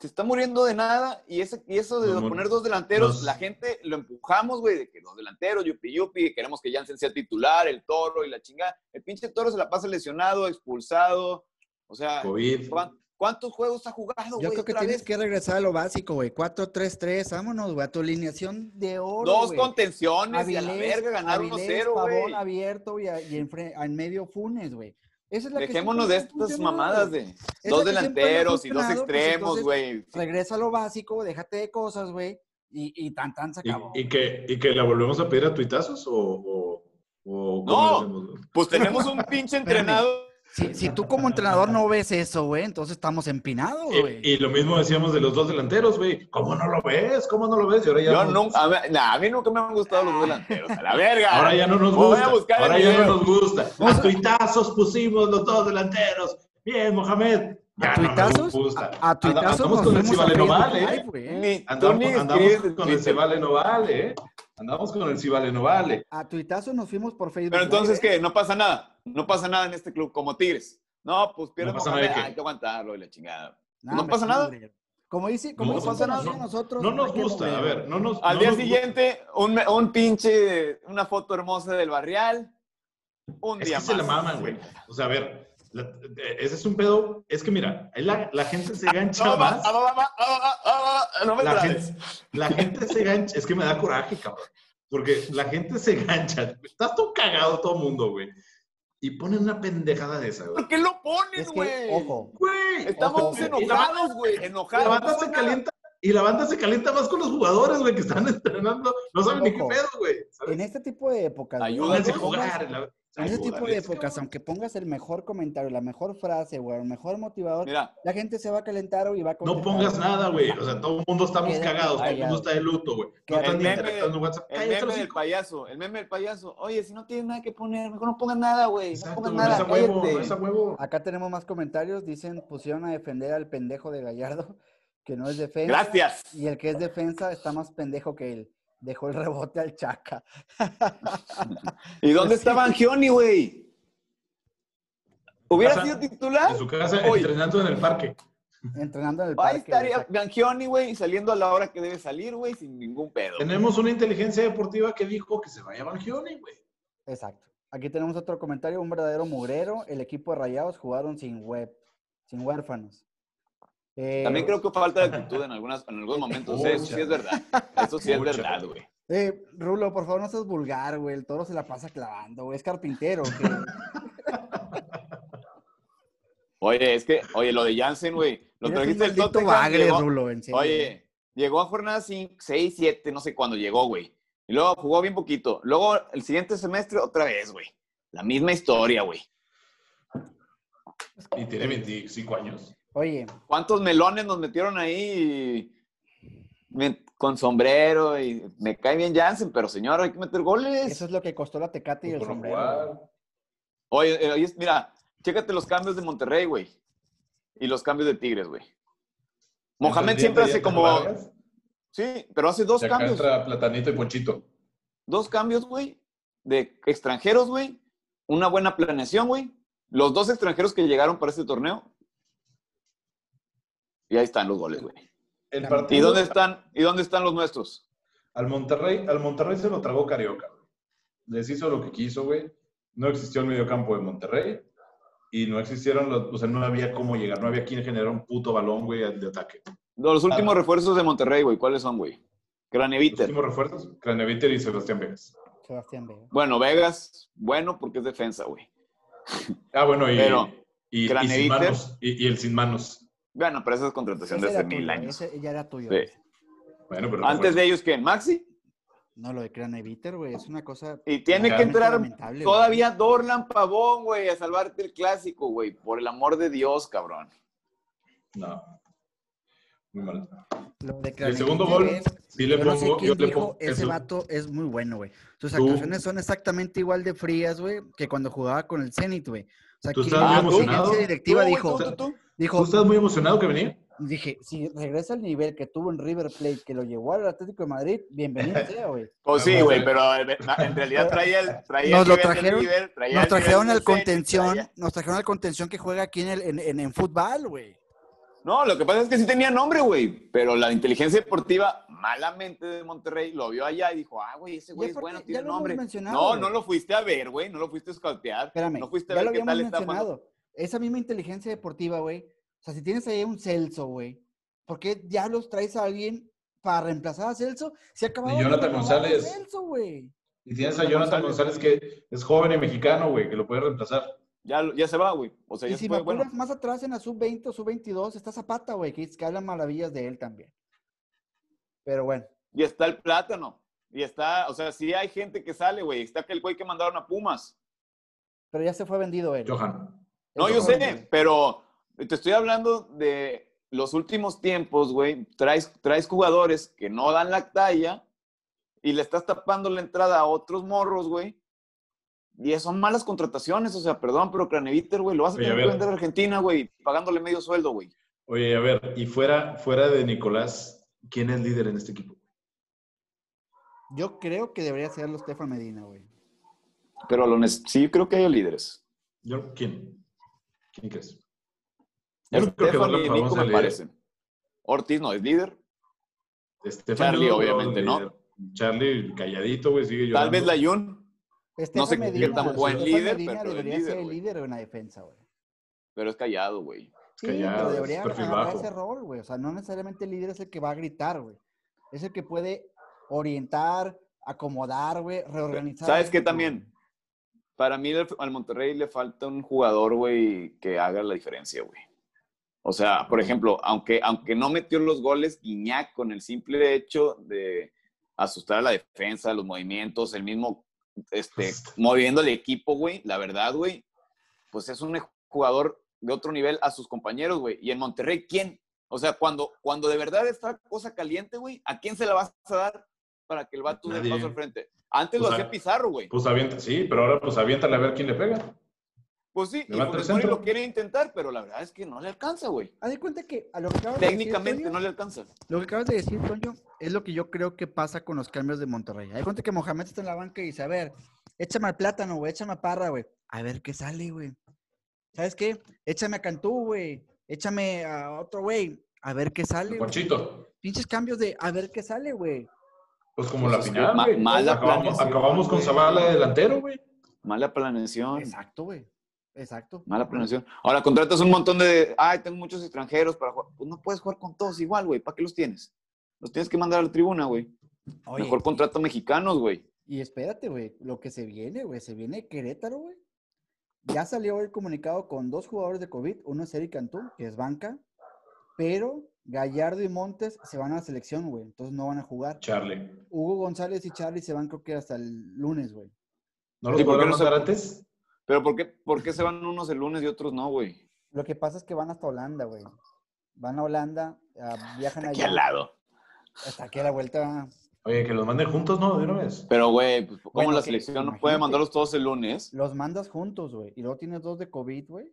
S3: Se está muriendo de nada y, ese, y eso de
S2: Nos mor-
S3: poner dos delanteros,
S2: nos-
S3: la gente lo empujamos, güey, de que dos delanteros, yupi yupi, queremos que Jansen sea titular, el toro y la chingada. El pinche toro se la pasa lesionado, expulsado. O sea,
S2: COVID.
S3: ¿cuán- ¿cuántos juegos ha jugado, güey?
S1: Yo creo que
S3: otra
S1: tienes
S3: vez?
S1: que regresar a lo básico, güey. 4-3-3, vámonos, güey. A tu alineación de oro.
S3: Dos
S1: güey.
S3: contenciones y a la
S1: Avilés,
S3: verga ganar 1-0,
S1: Pavón
S3: güey.
S1: abierto y, a- y en, fre- en medio Funes, güey. Esa es la que
S3: Dejémonos
S1: siempre
S3: de
S1: nos ha
S3: estas
S1: funcionado,
S3: mamadas
S1: güey.
S3: de
S1: la
S3: dos
S1: que siempre
S3: delanteros
S1: nos ha
S3: y dos
S1: funcionado, pues,
S3: extremos,
S1: entonces,
S3: güey.
S1: Regresa a lo básico, déjate de cosas, güey. Y, y tan tan se
S2: ¿Y,
S1: acabó.
S2: y que, ¿Y que la volvemos a pedir a tuitazos o, o, o cómo
S3: No.
S2: le hacemos?
S3: Pues tenemos un pinche entrenador.
S1: Si, si tú como entrenador no ves eso, güey, entonces estamos empinados, güey.
S2: Y, y lo mismo decíamos de los dos delanteros, güey. ¿Cómo no lo ves? ¿Cómo no lo ves? Y ahora ya
S3: Yo
S2: no-
S3: nunca, a ver, nah, a mí nunca me han gustado
S1: Ah.
S3: los delanteros, a la verga.
S2: Ahora ya no nos
S3: Voy a
S2: gusta.
S3: buscar
S2: ahora
S3: el
S2: ya no
S3: video.
S2: nos gusta. A tuitazos pusimos los dos delanteros. Bien, Mohamed. Ya
S1: A
S2: no me
S1: tuitazos,
S2: gusta.
S1: a, a
S2: Anda-
S1: tuitazos
S2: andamos
S1: nos
S2: con el
S1: fuimos a
S2: Cibale
S1: Facebook
S2: Noval,
S1: Live,
S2: ¿eh?
S1: güey.
S3: Ni, tú
S2: Andamos,
S3: ni
S2: andamos
S3: escribes en
S2: con el
S3: Twitter.
S2: se vale no vale, ¿eh? Andamos con el si vale no vale.
S1: A tuitazos nos fuimos por Facebook.
S3: Pero entonces,
S1: Live, ¿eh?
S3: ¿qué? No pasa nada. No pasa nada en este club, como Tigres. No, pues pierde
S2: No pasa
S3: Mohamed,
S2: nada de qué.
S3: Hay que aguantarlo y la chingada.
S1: Nah,
S3: ¿No
S1: hombre,
S3: pasa nada?
S1: hombre. Como dice, como
S2: No
S1: dice
S2: pasa nada.
S1: nosotros.
S2: No nos
S1: hay que
S2: gusta, a
S1: mover.
S2: ver, no nos
S3: Al
S2: no
S3: día
S2: nos gusta.
S3: siguiente, un, me- un pinche, una foto hermosa del barrial. Un
S2: Es
S3: día
S2: que
S3: más.
S2: se la maman, güey. O sea, a ver, la- eh, ese es un pedo. Es que mira, ahí la, la gente se gancha
S3: No, va, ah,
S2: más.
S3: va, va, va, va, va, va, va, no me
S2: la
S3: trabes.
S2: gente, la gente se gancha, es que me da coraje, cabrón. Porque la gente se gancha. Estás todo cagado todo mundo, güey. Y ponen una pendejada de esa, güey.
S3: ¿Por qué lo ponen,
S1: Es que,
S3: güey?
S1: ojo,
S2: Güey.
S3: Estamos
S2: ojo, güey. Y la banda-
S3: enojados, güey.
S2: La
S3: Enojados.
S2: banda se calienta. Y la banda se calienta más con los jugadores, güey, que están entrenando. No saben ni qué
S1: Ojo.
S2: pedo, güey. ¿sabes?
S1: en este tipo de épocas. güey,
S2: Pónganse
S3: Ayúdanos
S2: a
S1: aunque pongas-
S2: jugar. la-
S1: En ese tipo de
S2: Ayúdales,
S1: épocas,
S2: cabrón.
S1: aunque pongas el mejor comentario, la mejor frase, güey, el mejor motivador,
S3: Mira,
S1: la gente se va a calentar güey, y va a
S2: No
S1: contestar.
S2: pongas nada, güey. O sea, todo el mundo estamos
S1: Quédate
S2: cagados, todo el mundo
S1: callado.
S2: está de luto, güey. No
S1: Quédate
S2: están ni
S3: callado.
S2: interactuando en WhatsApp.
S3: el
S2: Cállate,
S3: meme
S2: los
S3: del payaso, el meme del payaso. Oye, si no tienes nada que poner, mejor no pongas nada, güey. No
S2: Exacto,
S3: pongas
S2: güey, no es a
S3: nada,
S2: huevo,
S3: cállate.
S2: no es a huevo.
S1: Acá tenemos más comentarios, dicen, pusieron a defender al pendejo de Gallardo, (laughs) que no es defensa,
S3: Gracias.
S1: y el que es defensa está más pendejo que él. Dejó el (laughs) rebote al Chaca.
S3: ¿Y
S1: Pues
S3: dónde
S1: sí.
S3: estaba Angioni, güey? ¿Hubiera
S2: Casa-
S3: sido titular?
S2: En su casa,
S3: Oye.
S2: entrenando en el parque.
S1: Entrenando en el
S3: Ahí
S1: parque. güey,
S3: estaría
S1: Chaca.
S3: Angioni, güey, saliendo a la hora que debe salir, güey, sin ningún pedo.
S2: Tenemos una inteligencia deportiva que dijo que se vaya Bangioni, güey.
S1: Exacto. Aquí tenemos otro comentario, un verdadero mugrero. El equipo de Rayados jugaron sin web, sin huérfanos. Eh,
S3: También creo que falta de actitud en, algunas, en algunos momentos.
S2: Mucha.
S3: ¿eh? Eso sí es verdad. Eso sí es
S2: Mucha.
S3: verdad, güey.
S1: Eh, Rulo, por favor, no seas vulgar, güey. El toro se la pasa clavando, güey. Es carpintero. que-
S3: Oye, es que, oye, lo de Jansen, güey, (laughs) lo
S1: Eres un
S3: trajiste del
S1: maldito
S3: Tottenham,
S1: bagre,
S3: llegó-
S1: Rulo, en serio.
S3: Oye, llegó a jornada 6, 7, no sé cuándo llegó, güey. Y luego jugó bien poquito. Luego el siguiente semestre otra vez, güey. La misma historia, güey.
S2: Y tiene 25 años.
S1: Oye,
S3: ¿Cuántos melones nos metieron ahí y- me- con sombrero? Y me cae bien Jansen, pero señor, hay que meter goles.
S1: eso es lo que costó la tecate
S3: pues
S1: y el
S2: Por no
S1: sombrero. güey.
S2: jugar.
S3: Oye, eh, oye, mira, chécate los cambios de Monterrey, güey. Y los cambios de Tigres, güey. Mohamed
S2: Entonces,
S3: siempre
S2: ya
S3: hace
S2: te
S3: como.
S2: largas,
S3: Sí, pero hace dos
S2: y acá
S3: cambios.
S2: entra Platanito y Ponchito.
S3: Dos cambios, güey. De extranjeros, güey. Una buena planeación, güey. Los dos extranjeros que llegaron para este torneo. Y ahí están los goles, güey.
S2: El
S1: ¿Y
S2: partido,
S3: ¿Y dónde están? ¿Y dónde están los nuestros?
S2: Al Monterrey, al Monterrey se lo tragó Carioca. güey. Les hizo lo que quiso, güey. No existió el mediocampo de Monterrey y no existieron los, o sea, no había cómo llegar, no había quien generara un puto balón, güey, de ataque.
S3: Los últimos
S2: Ah.
S3: refuerzos de Monterrey, güey. ¿Cuáles son, güey?
S2: Los
S3: Graneviter.
S2: últimos refuerzos, Craneviter y Sebastián Vegas.
S1: Sebastián Vega.
S3: Bueno, Vegas, bueno, porque es defensa, güey.
S2: Ah, bueno, y,
S3: Pero,
S2: y, y
S3: Craneviter.
S2: sin manos, y, y el sin manos.
S3: Bueno, pero esa es contratación
S1: Ese
S3: de hace
S1: era
S3: mil
S1: tuyo,
S3: años.
S1: ese ya era tuyo.
S3: Sí.
S2: Bueno, pero
S3: Antes
S2: refuerzos.
S3: de ellos, ¿quién? Maxi.
S1: No, lo de Craneviter, güey, es una cosa...
S3: Y tiene que
S2: Lamentable,
S3: entrar
S1: lamentable,
S3: todavía Dorlan Pavón, güey, a salvarte el clásico, güey. Por el amor de Dios, cabrón.
S2: No. Muy mal.
S1: Lo de
S2: El
S1: Craneviter
S2: segundo gol,
S1: es-
S2: sí le
S1: yo
S2: pongo.
S1: no sé
S2: yo
S1: quién
S2: le
S1: dijo,
S2: pongo
S1: ese
S2: eso.
S1: vato es muy bueno, güey. Sus
S2: Tú.
S1: actuaciones son exactamente igual de frías, güey, que cuando jugaba con el Zenit, güey. O sea,
S2: Tú
S1: que
S2: estás
S3: muy
S1: la
S2: emocionado.
S1: dirigencia directiva
S3: Tú, güey,
S1: dijo,
S3: tú, tú, tú.
S2: ¿Tú
S1: dijo,
S2: estás muy emocionado que venía?
S1: dije, si regresa al nivel que tuvo en River Plate, que lo llevó al Atlético de Madrid,
S2: (laughs)
S1: bienvenido sea, güey.
S3: Pues sí, güey, pero en en realidad traía el. Traía
S1: Nos
S3: el
S1: lo
S3: nivel del
S1: trajeron-
S3: River, traía
S1: Nos
S3: el nivel
S1: trajeron
S3: del
S1: al
S3: Zenit,
S1: contención,
S3: traía-
S1: nos trajeron al contención que juega aquí en el en, en- en fútbol, güey.
S3: No, lo que pasa es que sí tenía nombre, güey. Pero la inteligencia deportiva, malamente de Monterrey, lo vio allá y dijo, ah, güey, ese
S1: Y
S3: güey es
S1: aparte,
S3: bueno,
S1: ya
S3: tiene
S1: lo hemos
S3: nombre.
S1: mencionado,
S3: No,
S1: güey.
S3: no lo fuiste a ver, güey. No lo fuiste a escaltear.
S1: Espérame,
S3: No fuiste a
S1: ya
S3: ver
S1: lo
S3: qué
S1: habíamos
S3: tal está jugando.
S1: mencionado. Esa misma inteligencia deportiva, güey. O sea, si tienes ahí un Celso, güey, ¿por qué diablos traes a alguien para reemplazar a Celso? Se acababa
S2: Y
S1: de
S2: Jonathan
S1: acabar de
S2: González.
S1: Celso, güey.
S2: Y tienes a Jonathan González, que es joven y mexicano, güey, que lo puede reemplazar.
S3: Ya, lo- ya se va, güey. O sea,
S1: Y
S3: ya
S1: si
S3: se
S1: me
S3: fue.
S1: apuras
S3: Bueno,
S1: más atrás en la sub-20 o sub-22, está Zapata, güey, que, que hablan maravillas de él también. Pero bueno,
S3: y está el plátano. Y está, o sea, sí hay gente que sale, güey. Está aquel güey que mandaron a Pumas.
S1: pero ya se fue vendido él.
S2: Johan.
S3: No,
S1: Él
S3: yo
S1: se fue
S3: sé,
S1: vendido.
S3: pero te estoy hablando de los últimos tiempos, güey. Traes, traes jugadores que no dan la talla y le estás tapando la entrada a otros morros, güey. Y son malas contrataciones, o sea, perdón, pero Craneviter, güey, lo vas a
S2: Oye,
S3: tener
S2: a
S3: que
S2: ver.
S3: vender a Argentina, güey, pagándole medio sueldo, güey.
S2: Oye, a ver, y fuera, fuera de Nicolás, ¿quién es líder en este equipo?
S1: Yo creo que debería serlo Stefan Medina, güey.
S3: Pero lo neces- sí, creo que hay líderes.
S2: Yo, ¿Quién? ¿Quién crees? Yo no creo que
S3: Estefan
S2: Dorlan
S3: y
S2: Pavón
S3: Nico
S2: sea
S3: me
S2: líder.
S3: parecen. Ortiz no es líder.
S2: Estefan
S3: Charlie,
S2: Eduardo,
S3: obviamente, ¿no?
S2: líder. Charlie, calladito, güey, sigue
S3: Tal
S2: llorando.
S3: vez la Jun,
S1: Estefan
S3: sé qué
S1: Medina,
S2: tan buen
S1: Estefan
S3: líder,
S1: Medina
S3: pero es
S1: debería
S3: líder,
S1: ser el
S3: güey.
S1: líder en la defensa, güey.
S3: pero es callado, güey.
S1: Sí,
S2: callado,
S1: pero
S2: es
S1: debería
S2: perfil
S1: agarrar
S2: bajo.
S1: ese rol, güey. O sea, no necesariamente el líder es el que va a gritar, güey. Es el que puede orientar, acomodar, güey, reorganizar.
S3: ¿Sabes
S1: al este
S3: qué
S1: equipo,
S3: también? Para mí al al Monterrey le falta un jugador, güey, que haga la diferencia, güey. O sea, por ejemplo, aunque, aunque no metió los goles, Guiñac con el simple hecho de asustar a la defensa, los movimientos, el mismo este, moviendo el equipo, güey, la verdad, güey, pues es un jugador de otro nivel a sus compañeros, güey. Y en Monterrey, ¿quién? O sea, cuando, cuando de verdad está cosa caliente, güey, ¿a quién se la vas a dar para que el vato dé
S2: Nadie.
S3: paso al frente? Antes
S2: O
S3: lo
S2: sea,
S3: hacía Pizarro, güey.
S2: Pues avienta, sí, pero ahora pues aviéntale a ver quién le pega.
S3: Pues sí, y
S2: Levanta
S3: Funes
S2: el
S3: Mori
S2: centro.
S3: lo quiere intentar, pero la verdad es que no le alcanza, güey.
S1: Haz de cuenta que a lo que acabas
S3: Técnicamente
S1: de decir, Toño,
S3: no le alcanza.
S1: lo que acabas de decir, Toño, es lo que yo creo que pasa con los cambios de Monterrey. Hay cuenta que Mohamed está en la banca y dice, a ver, échame al plátano, güey, échame a Parra, güey. A ver qué sale, güey. ¿Sabes qué? Échame a Cantú, güey. Échame a otro, güey. A ver qué sale. güey.
S2: Ponchito.
S1: Pinches cambios de a ver qué sale, güey.
S2: Pues como la
S3: Pues es que
S2: final,
S3: ma-
S2: güey.
S3: mala
S2: Acabamos,
S3: planeación,
S2: acabamos con
S3: güey.
S2: Zavala de delantero, güey.
S3: Mala planeación.
S1: Exacto, güey. Exacto.
S3: Mala planeación. Ahora contratas un montón de. Ay, tengo muchos extranjeros para jugar. Pues no puedes jugar con todos igual, güey. ¿Para qué los tienes? Los tienes que mandar a la tribuna, güey.
S1: Oye,
S3: Mejor contrata mexicanos, güey.
S1: Y espérate, güey, lo que se viene, güey, se viene Querétaro, güey. Ya salió el comunicado con dos jugadores de COVID, uno es Eric Cantú, que es banca, pero Gallardo y Montes se van a la selección, güey. Entonces no van a jugar.
S2: Charlie.
S1: Hugo González y Charlie se van creo que hasta el lunes, güey.
S2: ¿No los
S3: Sí, ¿por qué
S2: podrán
S3: no se-
S2: usar antes?
S3: Pero ¿por qué, ¿por qué se van unos el lunes y otros no, güey?
S1: Lo que pasa es que van hasta Holanda, güey. Van a Holanda, ah, viajan
S3: Aquí
S1: allá.
S3: al lado.
S1: Hasta aquí a la vuelta.
S2: Oye, que los manden juntos, ¿no? De una vez.
S3: Pero, güey, pues, ¿cómo
S1: Bueno,
S3: la
S1: ok,
S3: selección no
S1: imagínate.
S3: puede mandarlos todos el lunes?
S1: Los mandas juntos, güey. Y luego tienes dos de COVID, güey.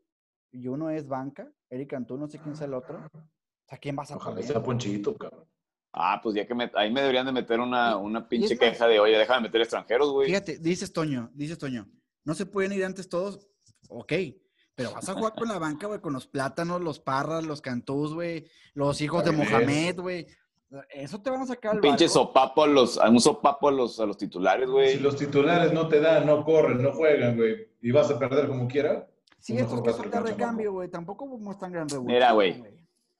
S1: Y uno es banca. Eric Cantú, no sé quién es el otro. O sea, ¿quién vas a
S2: Ah, Ojalá
S1: poner?
S2: sea Ponchito, cabrón.
S3: Ah, pues ya que me- ahí me deberían de meter una, una pinche
S1: es más-
S3: queja de, oye, deja de meter extranjeros,
S2: pues.
S3: güey.
S1: Fíjate, dices Toño, dices Toño, no se pueden ir antes todos, ok, pero vas a jugar con la banca, güey, con los plátanos, los parras, los cantús, güey, los hijos de
S2: Jiménez.
S1: Mohamed, güey. Eso te van a sacar al
S3: Pinche
S1: barco.
S3: sopapo a los, a un sopapo a los, a los titulares,
S2: Si
S3: güey.
S2: los titulares no te dan, no corren, no juegan, güey, y vas a perder como quiera.
S1: Sí,
S2: Mejor
S1: estos que
S2: vas
S1: son
S2: al
S1: de
S2: campo.
S1: recambio, güey, tampoco muestran gran revuelo.
S3: Mira, güey.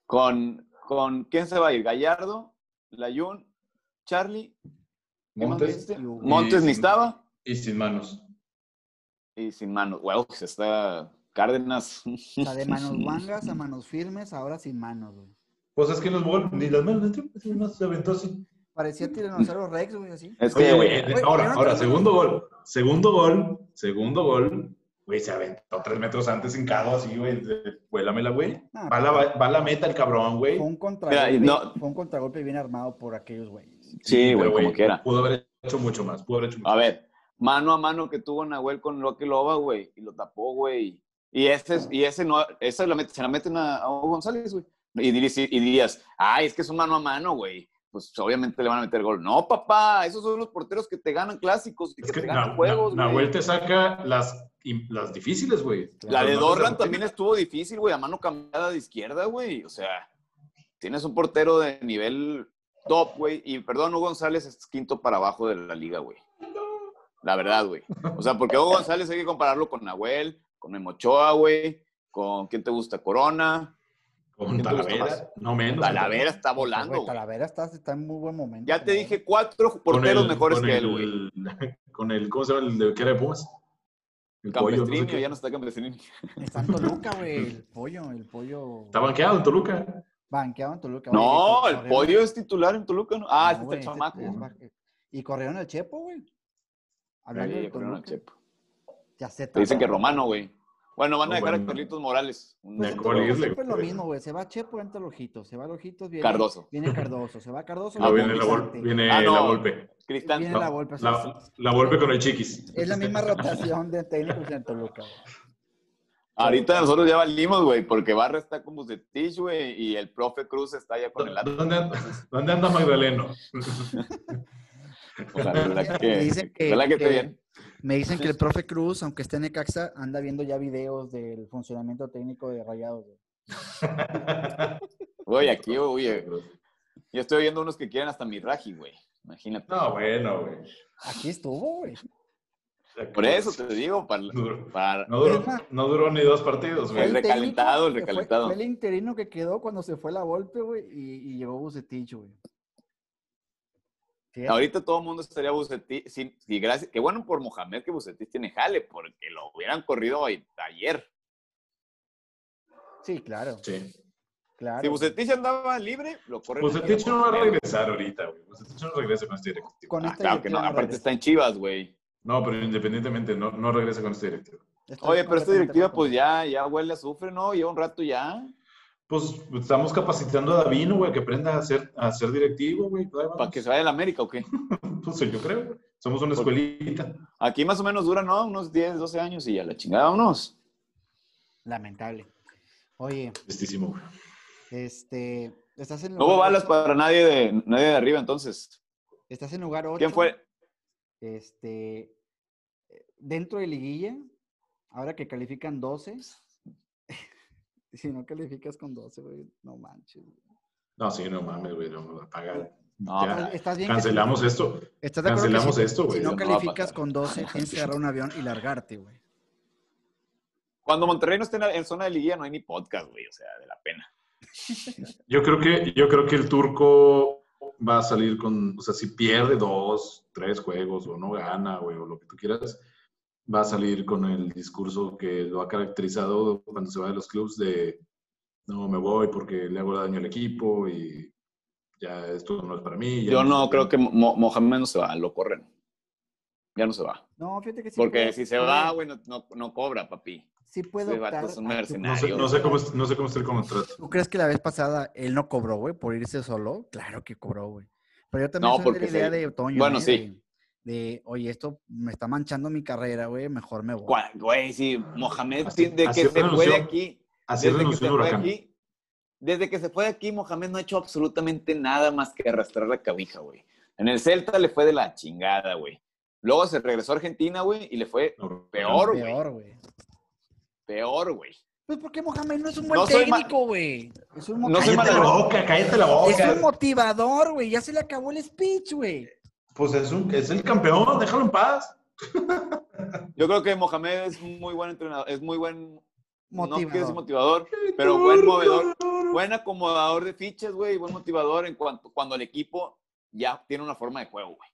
S3: Con, con quién se va a ir, Gallardo, Layun, Charlie, ¿qué más
S2: Montes
S3: dijiste?
S1: y Hugo.
S3: Montes
S2: Y-
S3: ni estaba
S2: y sin manos.
S3: y sin manos. Güey, se está Cárdenas.
S1: O sea, de
S2: (laughs)
S3: (laughs)
S1: manos guangas a manos firmes, ahora sin manos, güey.
S2: Pues es que los gol, ni las manos, ni las manos se aventó así.
S1: Parecía Tiranosaurio Rex, güey, así.
S3: Es que,
S2: Oye, güey,
S1: Güey,
S2: ahora,
S1: pero-
S2: ahora, segundo gol, segundo gol, segundo gol, güey, se aventó tres metros antes hincado así, güey, de- vuélamela, güey.
S1: Ah,
S2: Va a la, va a la meta el cabrón, güey.
S1: Fue un
S3: Mira,
S1: contragolpe,
S3: y no-
S1: fue un contragolpe bien armado por aquellos güeyes.
S3: sí,
S2: Pero,
S3: güey, como quiera. Ah,
S2: Pudo haber hecho mucho más, pudo haber hecho mucho
S3: A ver, mano a mano que tuvo Nahuel con Loque Loba, güey, y lo tapó, güey. Y ese, es- y ese no, esa la met- se la meten a, a Hugo González, güey. Y, dirías, y dirías, ay, es que es un mano a mano, güey. Pues obviamente le van a meter gol. No, papá, esos son los porteros que te ganan clásicos y que,
S2: Es que
S3: te
S2: Na-
S3: ganan
S2: Na-
S3: juegos, güey.
S2: Nahuel te saca las, im- las difíciles, güey.
S3: La de
S2: Las más
S3: Dorlan
S2: rutinas.
S3: también estuvo difícil, güey, a mano cambiada de izquierda, güey. O sea, tienes un portero de nivel top, güey. Y perdón, Hugo González es quinto para abajo de la liga, güey. La verdad, güey. O sea, porque Hugo González hay que compararlo con Nahuel, con Memochoa, güey, con quién te gusta, Corona.
S2: Con
S3: ¿Quién te gusta
S2: Talavera, no menos.
S3: Talavera está
S1: Volando,
S3: volando, güey.
S1: Talavera está, está en muy buen momento.
S3: Ya te
S1: güey.
S3: dije cuatro
S2: Con
S3: porteros
S2: el-
S3: mejores
S2: con
S3: que
S2: el-
S3: él, güey.
S2: (laughs) Con el, ¿cómo se llama el de que era de Pumas? El pollo, no sé
S3: Campestrini,
S2: qué.
S3: ya no está Campestrini.
S1: Está en Toluca, güey. El pollo, el pollo.
S2: Está banqueado en Toluca.
S1: banqueado en Toluca. güey, y
S3: No,
S1: cor-
S3: el
S1: corrieron-
S3: pollo es titular en Toluca, ¿no? Ah,
S1: No,
S3: este
S1: güey,
S3: está el chamaco.
S1: es ba- Y corrieron al Chepo, güey. Hablando
S3: Ahí
S1: de
S3: corrieron al
S1: Toluca.
S3: Chepo.
S1: Ya sé.
S3: Te dicen que
S1: tampoco.
S3: Romano, güey. Bueno, van
S2: No,
S3: a dejar a
S2: bueno.
S3: Carlitos Morales. Un-
S1: Pues
S2: De
S1: en
S2: acuerdo,
S1: Toluca
S2: irle,
S1: siempre es lo
S2: güey.
S1: mismo, güey. Se va Chepo, entra Lojitos. Se va Lojitos, viene
S3: Cardoso.
S1: Viene Cardoso. Se va Cardoso.
S2: Ah, viene la,
S1: Pisante.
S2: gol- viene
S3: Ah, no.
S2: la golpe.
S3: Cristante.
S1: Viene la golpe.
S2: La, la golpe con el chiquis.
S1: Es la misma rotación de técnicos en Toluca. güey.
S3: Ahorita nosotros ya valimos, güey, porque Barra está con Bucetich, güey, y el profe Cruz está ya con el Atlas.
S2: ¿Dónde, anda- dónde anda Magdaleno?
S3: O
S1: (laughs)
S3: sea, la verdad que,
S1: Me dicen que-
S3: la verdad que está
S1: que-
S3: bien.
S1: Me dicen que el profe Cruz, aunque esté en Necaxa, anda viendo ya videos del funcionamiento técnico de Rayados. güey.
S3: Güey, aquí, oye, yo estoy viendo unos que quieren hasta Mirraji, güey. Imagínate.
S2: No, bueno, güey.
S1: Aquí estuvo, güey.
S3: Por eso te digo, para,
S2: Duro.
S3: para-
S2: No duró, no duró ni dos partidos,
S1: Fue
S3: El
S2: güey.
S1: técnico
S3: recalentado, el
S1: que fue-
S3: recalentado.
S1: Fue, el interino que quedó cuando se fue la golpe, güey, y, y llegó Bucetich, güey. Fíjate,
S3: Ahorita todo el mundo estaría Bucetich. Sí, sí, gracias. Qué bueno por Mohamed que Bucetich tiene jale, porque lo hubieran corrido hoy- ayer.
S1: Sí, claro,
S2: Sí.
S1: claro.
S3: Si Bucetich andaba libre, lo corren.
S2: Bucetich
S3: ayer,
S2: no va a
S3: porque-
S2: regresar ahorita, güey. Bucetich no regresa con este directivo.
S1: Con
S3: Ah,
S1: esta
S3: claro que no.
S1: directiva
S3: Aparte
S1: regresa.
S3: está en Chivas, güey.
S2: No, pero independientemente, no, no regresa con este directivo.
S1: Estoy
S3: Oye, pero esta
S1: completamente de
S3: directiva,
S1: acuerdo.
S3: pues ya, ya huele a azufre, ¿no? Lleva un rato ya.
S2: Pues estamos capacitando a Davino, güey, que aprenda a ser, a ser directivo, güey. Ahí vamos.
S3: Para que se vaya a la América, ¿o qué?
S2: Pues yo creo. güey. Somos una escuelita.
S3: Aquí más o menos dura, ¿no? Unos 10, 12 años y ya la chingada, unos.
S1: Lamentable. Oye,
S2: Tristísimo, güey.
S1: este, estás en
S3: No hubo
S1: lugar-
S3: balas para nadie de, nadie de arriba, entonces.
S1: Estás en lugar 8.
S3: ¿Quién fue?
S1: Este, eh, dentro de liguilla, ahora que califican 12, (laughs) si no calificas con 12, güey, no manches. güey.
S2: No, sí, no mames, güey. No, no, apaga.
S3: No,
S2: Ya,
S1: Estás- estás bien que-
S2: cancelamos esto.
S1: ¿Estás de acuerdo que
S2: Cancelamos
S1: si,
S2: esto,
S1: si
S2: güey.
S1: no
S3: no va a
S1: calificas
S3: pasar.
S1: con
S3: (laughs)
S1: 12, tienes que agarrar un avión y largarte, güey?
S3: Cuando Monterrey no esté en, la- en zona de liguilla, no hay ni podcast, güey. O sea, de la pena.
S2: Yo creo que, yo creo que el turco va a salir con, o sea, si pierde dos, tres juegos o no gana, güey, o lo que tú quieras, va a salir con el discurso que lo ha caracterizado cuando se va de los clubes de no, me voy porque le hago daño al equipo y ya esto no es para mí. ya
S3: Yo
S2: no
S3: no
S2: sé".
S3: creo que Mo- Mohamed no se va, lo corren. Ya no se va.
S1: No, fíjate que sí.
S3: Porque
S1: puede-
S3: si se va, güey, no, no- no cobra, papi.
S1: Sí puede
S3: ese vato
S1: optar.
S3: es un
S1: a que-
S3: mercenario.
S2: No sé, no sé cómo, es- no sé cómo está el contrato.
S1: ¿Tú crees que la vez pasada él no cobró, güey, por irse solo? Claro que cobró, güey. Pero yo también
S3: No,
S1: soy
S3: porque
S1: de la idea
S3: se-
S1: de Toño.
S3: bueno,
S1: ¿eh?
S3: sí.
S1: De, de, oye, esto me está manchando mi carrera, güey, mejor me voy.
S3: Cua- Güey, sí, Mohamed,
S2: Así-
S3: sí, de
S2: así
S3: que se fue
S2: renunció.
S3: de aquí.
S2: Así
S3: Desde que
S2: renunció
S3: se
S2: el
S3: fue de
S2: huracán.
S3: aquí. Desde que se fue de aquí, Mohamed no ha hecho absolutamente nada más que arrastrar la cabija, güey. En el Celta le fue de la chingada, güey. Luego se regresó a Argentina, güey, y le fue
S2: No,
S3: Peor, güey.
S1: Peor, güey.
S3: peor, güey.
S1: Pues porque Mohamed no es un buen
S3: No soy ma-
S1: técnico, güey. Es un
S3: No
S2: Cállate
S3: soy
S2: la
S3: maladroso.
S2: boca, cállate la
S1: Es
S2: boca.
S1: un motivador, güey. Ya se le acabó el speech, güey.
S2: Pues es, un, es el campeón, déjalo en paz.
S3: Yo creo que Mohamed es un muy buen entrenador, es muy buen, no que es
S1: Motivador.
S3: motivador, pero buen movedor, buen acomodador de fichas, güey, y buen motivador en cuanto cuando el equipo ya tiene una forma de juego, güey.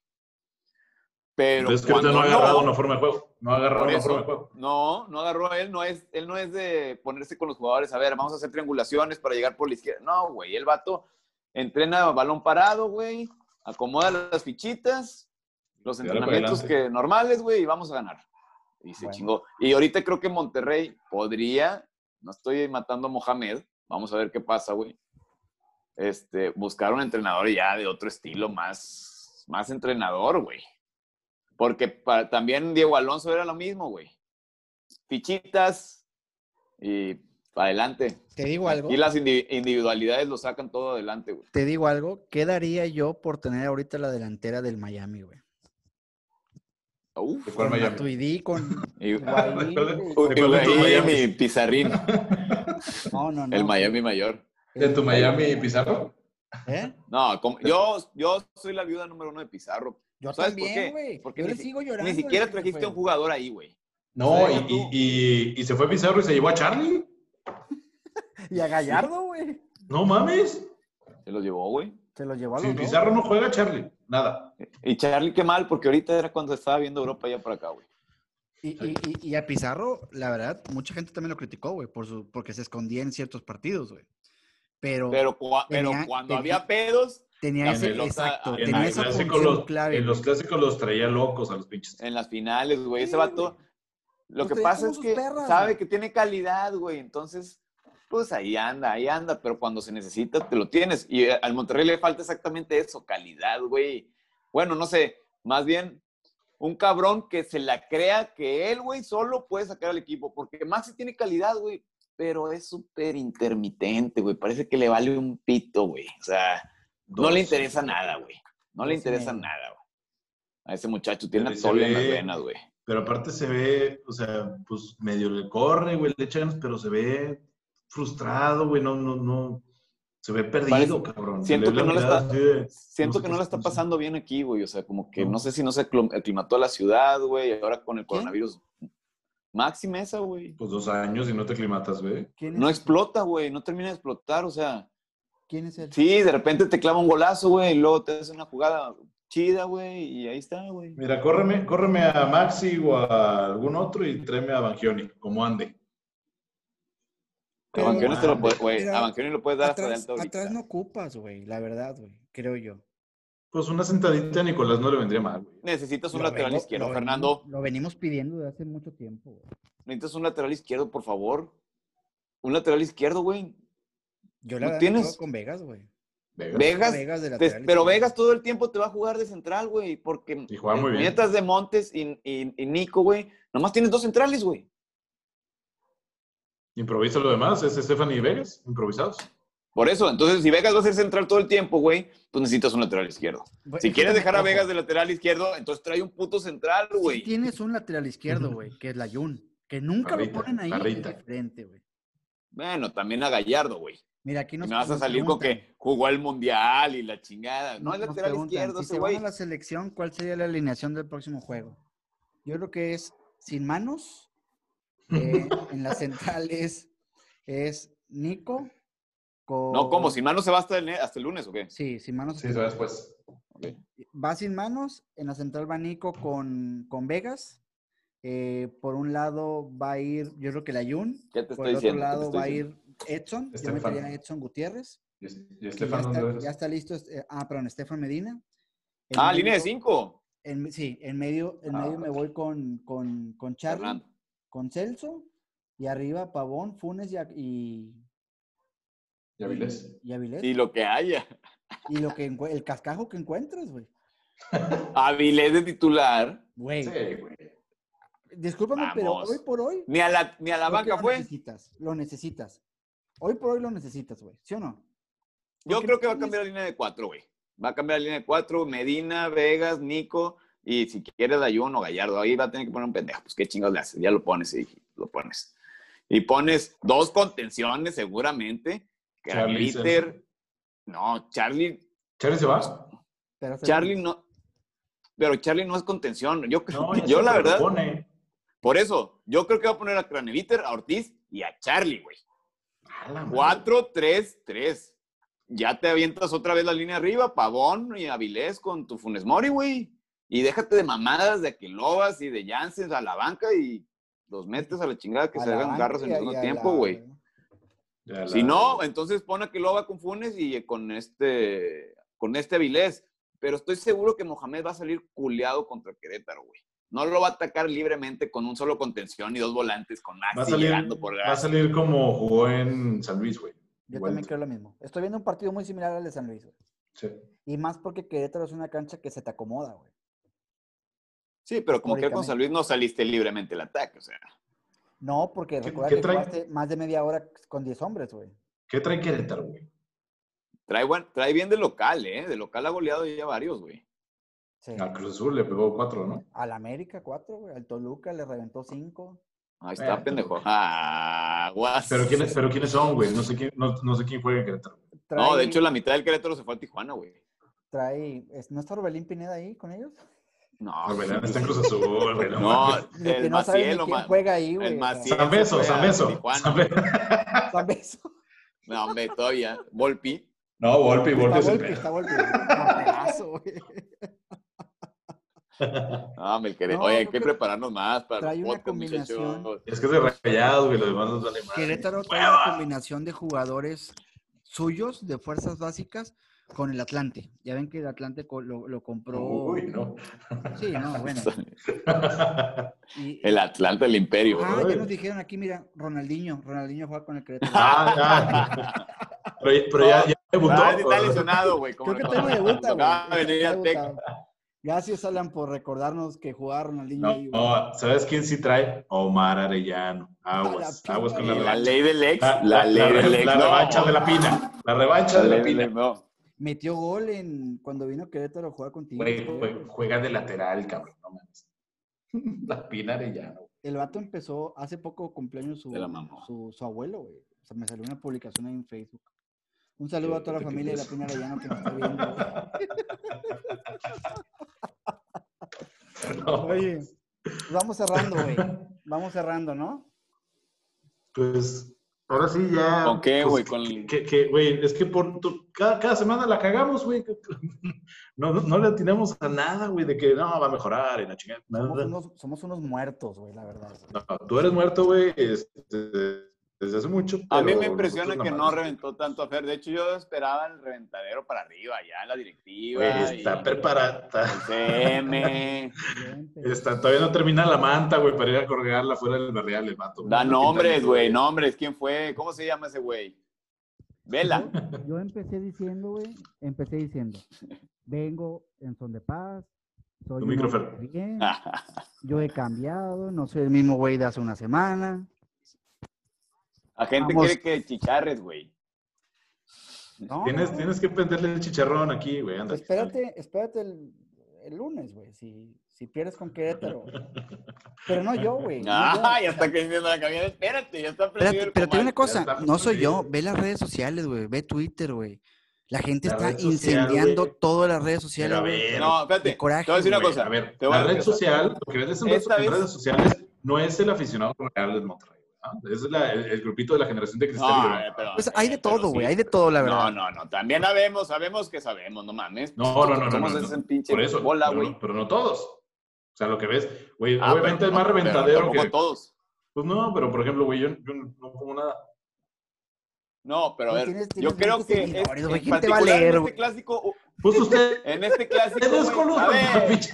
S3: Pero
S2: Entonces, que ahorita
S3: cuando
S2: no ha agarrado
S3: no,
S2: una forma de juego. No ha agarrado
S3: Por
S2: una
S3: eso.
S2: forma de juego.
S3: no, no agarró él, no es, él no es de ponerse con los jugadores, a ver, vamos a hacer triangulaciones para llegar por la izquierda. No, güey, el vato entrena balón parado, güey, acomoda las fichitas, los
S2: Y ahora para
S3: entrenamientos que normales, güey, y vamos a ganar. Y se
S1: Bueno.
S3: chingó. Y ahorita creo que Monterrey podría, no estoy matando a Mohamed, vamos a ver qué pasa, güey. Este, buscar un entrenador ya de otro estilo, más, más entrenador, güey. Porque pa- también Diego Alonso era lo mismo, güey. Fichitas y adelante.
S1: Te digo algo.
S3: Y las indi- individualidades lo sacan todo adelante, güey.
S1: Te digo algo. ¿Qué daría yo por tener ahorita la delantera del Miami, güey?
S3: Uf.
S2: ¿Cuál
S1: Con
S2: Miami?
S1: Matuidi, (laughs) con
S2: (laughs)
S3: Y, (laughs)
S1: Higuaín,
S2: ¿Cuál
S1: güey.
S2: de- ¿De cuál de tus
S3: Higuaín
S2: Miamis?
S3: y Pizarrín,
S1: No, no, (laughs) no.
S3: el Miami mayor.
S2: ¿De tu Miami y Pizarro?
S1: ¿Eh?
S3: No, como- yo, yo soy la viuda número uno de Pizarro.
S1: Yo
S3: ¿Sabes por qué?
S1: también, güey.
S3: Porque
S1: Yo
S3: ni
S1: le
S3: si-
S1: sigo llorando.
S3: Ni
S1: desde
S3: siquiera
S1: que
S3: trajiste
S1: fue.
S3: a un jugador ahí, güey.
S2: No,
S3: Sí,
S2: y,
S3: tú.
S2: y- y- y se fue Pizarro y se llevó a Charlie.
S1: Y a Gallardo, güey.
S2: No mames.
S3: Se los llevó, güey.
S1: Se lo llevó a los
S2: Si
S1: dos.
S2: Pizarro no juega, Charlie. Nada.
S3: Y Charlie, qué mal, porque ahorita era cuando estaba viendo Europa ya para acá, güey.
S1: Y, y- y- y a Pizarro, la verdad, mucha gente también lo criticó, güey, por su, porque se escondía en ciertos partidos, güey. Pero,
S3: Pero, cua- pero
S1: Tenía-
S3: cuando
S1: tenía-
S3: había pedos
S1: tenía
S3: la
S1: ese,
S3: pelota
S1: exacto,
S3: en
S2: En,
S1: tenía
S2: el
S1: esa
S2: clásico
S1: función
S2: los,
S1: clave.
S2: en los clásicos los traía locos a los pinches.
S3: en las finales, güey, ese
S1: Sí,
S3: vato.
S1: güey.
S3: Lo
S1: Los
S3: que
S1: traía
S3: pasa
S1: como
S3: es
S1: sus
S3: que
S1: perras,
S3: sabe
S1: güey.
S3: que tiene calidad, güey. Entonces, pues ahí anda, ahí anda. Pero cuando se necesita, te lo tienes. Y eh, al Monterrey le falta exactamente eso, calidad, güey. Bueno, no sé, más bien un cabrón que se la crea que él, güey, solo puede sacar al equipo. Porque Maxi tiene calidad, güey. Pero es súper intermitente, güey. Parece que le vale un pito, güey. O sea, no le interesa nada, güey. No le
S1: Dos y
S3: interesa
S1: medio.
S3: nada, güey. A ese muchacho tiene
S2: Pero se
S3: atole en las
S2: ve-
S3: venas, güey.
S2: Pero aparte se ve, o sea, pues medio le corre, güey, le echa ganas, pero se ve frustrado, güey, no, no, no. Se ve perdido,
S3: Parece-
S2: cabrón.
S3: siento
S2: ve
S3: que
S2: la
S3: no le
S2: mirada
S3: está-
S2: así de-
S3: Siento
S2: sé
S3: que
S2: qué
S3: no la
S2: está
S3: está pasando bien aquí, güey. O sea, como que
S2: No.
S3: no sé si no se aclim- aclimató a la ciudad, güey. Ahora con el
S1: ¿Quién?
S3: coronavirus. Maxi Mesa, güey.
S2: Pues dos años y no te aclimatas, güey.
S1: ¿Quién, es,
S3: No explota, güey. No termina de explotar. O sea,
S1: ¿Quién es él?
S3: sí, de repente te clava un golazo, güey. Y luego te hace una jugada chida, güey. Y ahí está, güey.
S2: Mira, córreme, córreme a Maxi o a algún otro y tráeme a Bangioni, como ande.
S3: A
S1: Pero-
S3: Banquero te lo puede- güey,
S1: Mira,
S3: a Banquero lo puedes dar hasta de
S1: Atrás,
S3: alta ahorita.
S1: atrás no ocupas, güey, la verdad, güey, creo yo.
S2: Pues una sentadita a Nicolás no le vendría mal, güey.
S3: Necesitas un
S1: Lo
S3: lateral
S1: vengo-
S3: izquierdo,
S1: lo venimos-
S3: Fernando.
S1: Lo venimos pidiendo desde hace mucho tiempo, güey.
S3: Necesitas un lateral izquierdo, por favor. Un lateral izquierdo, güey.
S1: Yo la
S3: ¿No
S1: verdad me
S3: tienes?
S1: quedo con Vegas, güey.
S2: Vegas.
S3: Vegas
S1: Vegas de
S3: Te-
S1: lateral
S3: Pues, pero
S1: izquierdo.
S3: Vegas todo el tiempo te va a jugar de central, güey, porque
S2: Y juega muy bien.
S3: Nietas de Montes y, y- y Nico, güey, nomás tienes dos centrales, güey.
S2: Improvisa lo demás, es Stephanie y Vegas, improvisados.
S3: Por eso, entonces, si Vegas va a ser central todo el tiempo, güey, pues necesitas un lateral izquierdo.
S1: Güey,
S3: Si
S1: Pues, es que
S3: quieres
S1: también-
S3: dejar a
S1: ojo,
S3: Vegas de lateral izquierdo, entonces trae un puto central,
S1: sí
S3: güey.
S1: tienes un lateral izquierdo,
S2: Ujú.
S1: güey, que es la Jun, que nunca
S2: Parrita,
S1: lo ponen ahí
S2: Parrita.
S1: diferente, güey.
S3: Bueno, también a Gallardo, güey.
S1: Mira, aquí
S3: Y
S1: nos
S3: me vas a
S1: nos
S3: salir con
S1: preguntan-
S3: que jugó al Mundial y la chingada. No,
S1: nos-
S3: es
S1: nos
S3: lateral
S1: preguntan,
S3: izquierdo
S1: Si
S3: ese
S1: se van
S3: güey.
S1: a la selección, ¿cuál sería la alineación del próximo juego? Yo creo que es sin manos. eh,
S3: (laughs)
S1: en la central es, es Nico. Con...
S3: No, ¿cómo? Si mano se va hasta el, ne- hasta el lunes, ¿o qué?
S1: Sí, sin manos.
S2: Sí, se va después.
S3: Ok.
S1: va sin manos, en la central va Nico con, con Vegas. eh, por un lado va a ir, yo creo que la Jun.
S3: ¿Qué te
S1: Por el
S3: estoy
S1: otro
S3: diciendo? ¿Qué te
S1: lado
S3: estoy
S1: va a
S3: diciendo?
S1: ir Edson, yo
S2: Estefan.
S1: metería a Edson Gutiérrez.
S2: Y, y
S1: que ya,
S2: Estefan
S1: está,
S2: Andrés.
S1: ya está listo. eh, ah, perdón, Estefan Medina. En
S3: Ah,
S1: medio-
S3: línea de cinco.
S1: en- sí, en medio, en
S3: Ah,
S1: medio me voy con, con, con Charly,
S3: Fernando.
S1: con Celso, y arriba Pavón, Funes y, a- y,
S2: ¿Y Avilés?
S1: y Avilés.
S3: Y lo que haya.
S1: Y lo que encue- el cascajo que encuentres, güey.
S3: Avilés de titular.
S1: Güey,
S2: Sí, güey.
S1: discúlpame, pero
S3: Vamos.
S1: hoy por hoy
S3: Ni a la, ni a la
S1: creo que
S3: banca
S1: lo
S3: fue.
S1: necesitas, lo necesitas. Hoy por hoy lo necesitas, güey. ¿Sí o no?
S3: Yo
S1: Porque
S3: creo que va a
S1: tienes-
S3: cambiar la línea de cuatro, güey. Va a cambiar la línea de cuatro. Medina, Vegas, Nico. Y si quieres Dayuno o Gallardo, ahí va a tener que poner un pendejo. Pues qué chingados le haces. Ya lo pones y lo pones. Y pones dos contenciones seguramente.
S2: Charly,
S3: Carliter. No, Charlie.
S2: ¿Charlie se va?
S1: Pero se-
S3: Charlie no. Pero Charlie no es contención. Yo, creo-
S2: ya
S3: yo
S2: se
S3: la verdad.
S2: propone.
S3: Por eso, yo creo que va a poner a Craneviter, a Ortiz y a Charlie, güey.
S2: A la madre.
S3: 4-3-3. Ya te avientas otra vez la línea arriba, Pavón y Avilés con tu Funes Mori, güey. Y déjate de mamadas de Aquilovas y de Janssens a la banca y los metes a la chingada que
S1: a
S3: se
S1: la
S3: hagan
S1: banca
S3: garras en
S1: y a-
S3: el
S1: y a
S3: segundo
S1: la-
S3: tiempo, güey.
S2: Ya la-
S3: Si no, entonces pon a Aquilova con Funes y eh, con este, con este Avilés. Pero estoy seguro que Mohamed va a salir culeado contra Querétaro, güey. No lo va a atacar libremente con un solo contención y dos volantes con
S2: Va a
S3: Maxi
S2: salir,
S3: llegando por
S2: va a salir como jugó en San Luis, güey.
S1: Yo
S2: Igual.
S1: también creo lo mismo. Estoy viendo un partido muy similar al de San Luis, güey.
S2: Sí.
S1: Y más porque Querétaro es una cancha que se te acomoda, güey.
S3: Sí, pero como que con
S1: Teóricamente.
S3: San Luis no saliste libremente el ataque, o sea.
S1: No, porque
S2: ¿Qué-
S1: recuerda
S2: qué
S1: que
S2: trae?
S1: jugaste más de media hora con 10 hombres, güey.
S2: ¿Qué trae Querétaro, güey?
S3: Trae, buen- trae bien de local, ¿eh? De local ha goleado ya varios, güey.
S1: Sí.
S2: Al Cruz Azul le pegó cuatro, ¿no?
S1: Al América 4, güey. Al Toluca le reventó 5.
S3: Ahí está,
S2: Eh,
S3: pendejo. Ah, guas.
S2: Pero, ¿quién, pero ¿quiénes son, güey? No sé quién, no, no sé quién juega en Querétaro.
S3: No, de hecho, la mitad del Querétaro se fue a Tijuana, güey.
S1: Trae, es- ¿No está Orbelín Pineda ahí con ellos? (laughs)
S3: No,
S2: Ah, güey, la neta está en Cruz Azul, güey. (laughs) No,
S3: no,
S2: mames.
S1: De que
S3: el
S1: no saben ni
S3: Maciel,
S1: quién
S3: Omar.
S1: juega ahí, güey.
S3: El
S1: o sea,
S3: Maciel.
S2: San Beso,
S3: fue
S2: San
S3: a
S2: Beso.
S3: Tijuana.
S2: San Beso.
S3: (laughs)
S1: San Beso.
S3: No, hombre, todavía. Volpi.
S2: No, Volpi,
S1: Está
S2: Volpi es el
S1: golpe,
S2: pedo.
S1: está golpe. Campeonazo, güey.
S3: No, hombre, el Querétaro.
S1: No,
S3: Oye,
S1: yo
S3: hay que
S1: creo-
S3: prepararnos más para
S1: trae
S3: los
S1: una
S3: podcasts, muchachos.
S1: combinación.
S2: Es que es de rayados, güey. Los demás nos vale
S1: (laughs)
S2: más.
S1: Querétaro trae una combinación de jugadores suyos, de fuerzas básicas, con el Atlante. Ya ven que el Atlante co- lo, lo compró.
S2: Uy, no.
S1: Sí,
S3: (laughs)
S1: no, bueno. Y,
S3: El Atlanta, el Imperio.
S1: Ah,
S2: güey.
S1: ya nos dijeron aquí, mira, Ronaldinho. Ronaldinho juega con el Querétaro.
S2: (laughs) Ah, ah. Pero, ya- pero ya, ya debutó.
S3: Ah, ese está lesionado, güey. como
S1: Creo que
S3: le-
S1: todavía debuta, güey.
S3: Ah, venía
S1: Todavía
S3: Azteca.
S1: debuta. Gracias, Alan, por recordarnos que jugaba Ronaldinho
S2: No,
S1: ahí, güey.
S2: no, ¿sabes quién sí trae? Omar Arellano. Aguas,
S1: A la
S2: aguas con la
S1: pinche.
S3: La
S2: revancha.
S3: ley del ex,
S2: La,
S3: la, ley
S2: la-
S3: del ex.
S2: la
S3: no.
S2: revancha de la pina. La revancha de
S3: La
S2: la
S3: ley
S2: pina.
S3: del- no.
S1: Metió gol en cuando vino a Querétaro a jugar con Tigres,
S2: Güey,
S1: creo,
S2: jue-
S1: güey.
S2: juega de lateral, cabrón. No mames. (laughs) La pina Arellano.
S1: El vato empezó hace poco cumpleaños su,
S3: Se la mamó.
S1: su, su abuelo, güey. O sea, me salió una publicación ahí en Facebook. Un saludo
S2: Qué
S1: a toda la
S2: puto
S1: familia de la
S2: curioso.
S1: Pina Arellano que nos está viendo. güey.
S2: No.
S3: (laughs)
S1: Oye, pues vamos cerrando, güey. Vamos cerrando, ¿no?
S2: Pues ahora sí ya.
S3: ¿Con qué,
S2: pues,
S3: güey? Con-
S2: Que, que, güey, es que por tu- cada, cada semana la cagamos, güey. (laughs) No, no, no le atinamos a nada, güey, de que no, va a mejorar y la chingada.
S1: Somos
S2: Nada.
S1: unos, somos unos muertos, güey, la verdad.
S2: No, tú eres muerto, güey, este, desde hace mucho.
S3: A mí
S2: pero
S3: me impresiona
S2: nosotros
S3: que
S2: nada
S3: no
S2: más.
S3: reventó tanto a Fer. De hecho, yo esperaba el reventadero para arriba, ya la directiva.
S2: Güey,
S3: y
S2: Pues, está preparada. (laughs)
S3: el
S2: está- (laughs)
S3: CM.
S1: Bien, pero-
S2: está- todavía no termina la manta, güey, para ir a colgarla fuera del barrial, el vato.
S3: Da nombres, güey, nombres. ¿Quién fue? ¿Cómo se llama ese güey? Vela. (laughs)
S1: Yo- Yo empecé diciendo, güey, empecé diciendo, vengo en son de paz, soy
S2: Tu
S1: un
S2: micro,
S1: hombre
S2: Fer.
S1: bien, yo he cambiado, no soy el mismo güey de hace una semana.
S3: A gente
S1: Vamos.
S3: quiere que chicharres, güey.
S1: No,
S2: Tienes,
S1: no,
S2: tienes que prenderle el chicharrón aquí, güey, anda.
S1: Pues Espérate, espérate el, el lunes, güey, si, si pierdes con Querétaro. güey. Pero no yo, güey. no
S3: Ah, (laughs)
S1: yo.
S3: ya está creciendo la cabina. Espérate, ya está prendido
S1: Espérate,
S3: el
S1: pero te digo
S3: comal.
S1: una cosa,
S2: está
S1: no soy yo,
S2: prendido.
S1: ve las redes sociales, güey, ve Twitter, güey. La gente
S2: La
S1: está
S2: red social,
S1: incendiando
S2: güey.
S1: todas las redes sociales,
S2: Pero a
S1: güey.
S2: ver,
S3: No, espérate.
S1: Qué coraje,
S3: te voy a decir una
S2: Güey,
S3: cosa.
S2: A ver,
S3: te voy a-
S2: la red social, lo que ves en,
S3: Esta
S2: en
S3: vez-
S2: redes sociales no es el aficionado real del Monterrey. ¿no? Es la- el, el grupito de la generación de Cristiano.
S3: No,
S2: y de-
S3: eh, pero-
S1: Pues hay
S3: eh,
S1: de
S3: pero
S1: todo,
S3: sí.
S1: güey, hay de todo, la verdad.
S3: No, no, no. También sabemos, sabemos que sabemos, no mames.
S2: no, no, no, no,
S3: Somos
S2: no, no.
S3: ese pinche
S2: Por eso,
S3: bola,
S2: pero,
S3: güey.
S2: no- pero no todos. O sea, lo que ves, güey,
S3: Ah,
S2: obviamente
S3: pero
S2: es más
S3: no, pero
S2: reventadero
S3: tampoco
S2: que...
S3: todos.
S2: Pues no, pero por ejemplo, güey, yo, yo no como nada.
S3: No, pero a ver,
S1: Tienes- tienes
S3: yo creo que
S1: seguidores,
S3: es-
S1: güey,
S3: en
S1: ¿quién te va a
S3: particular
S1: leer,
S3: en
S1: güey?
S3: este clásico,
S5: Pues usted
S3: (laughs) en este clásico,
S5: es
S3: güey, a
S5: color,
S3: ver,
S5: pinche.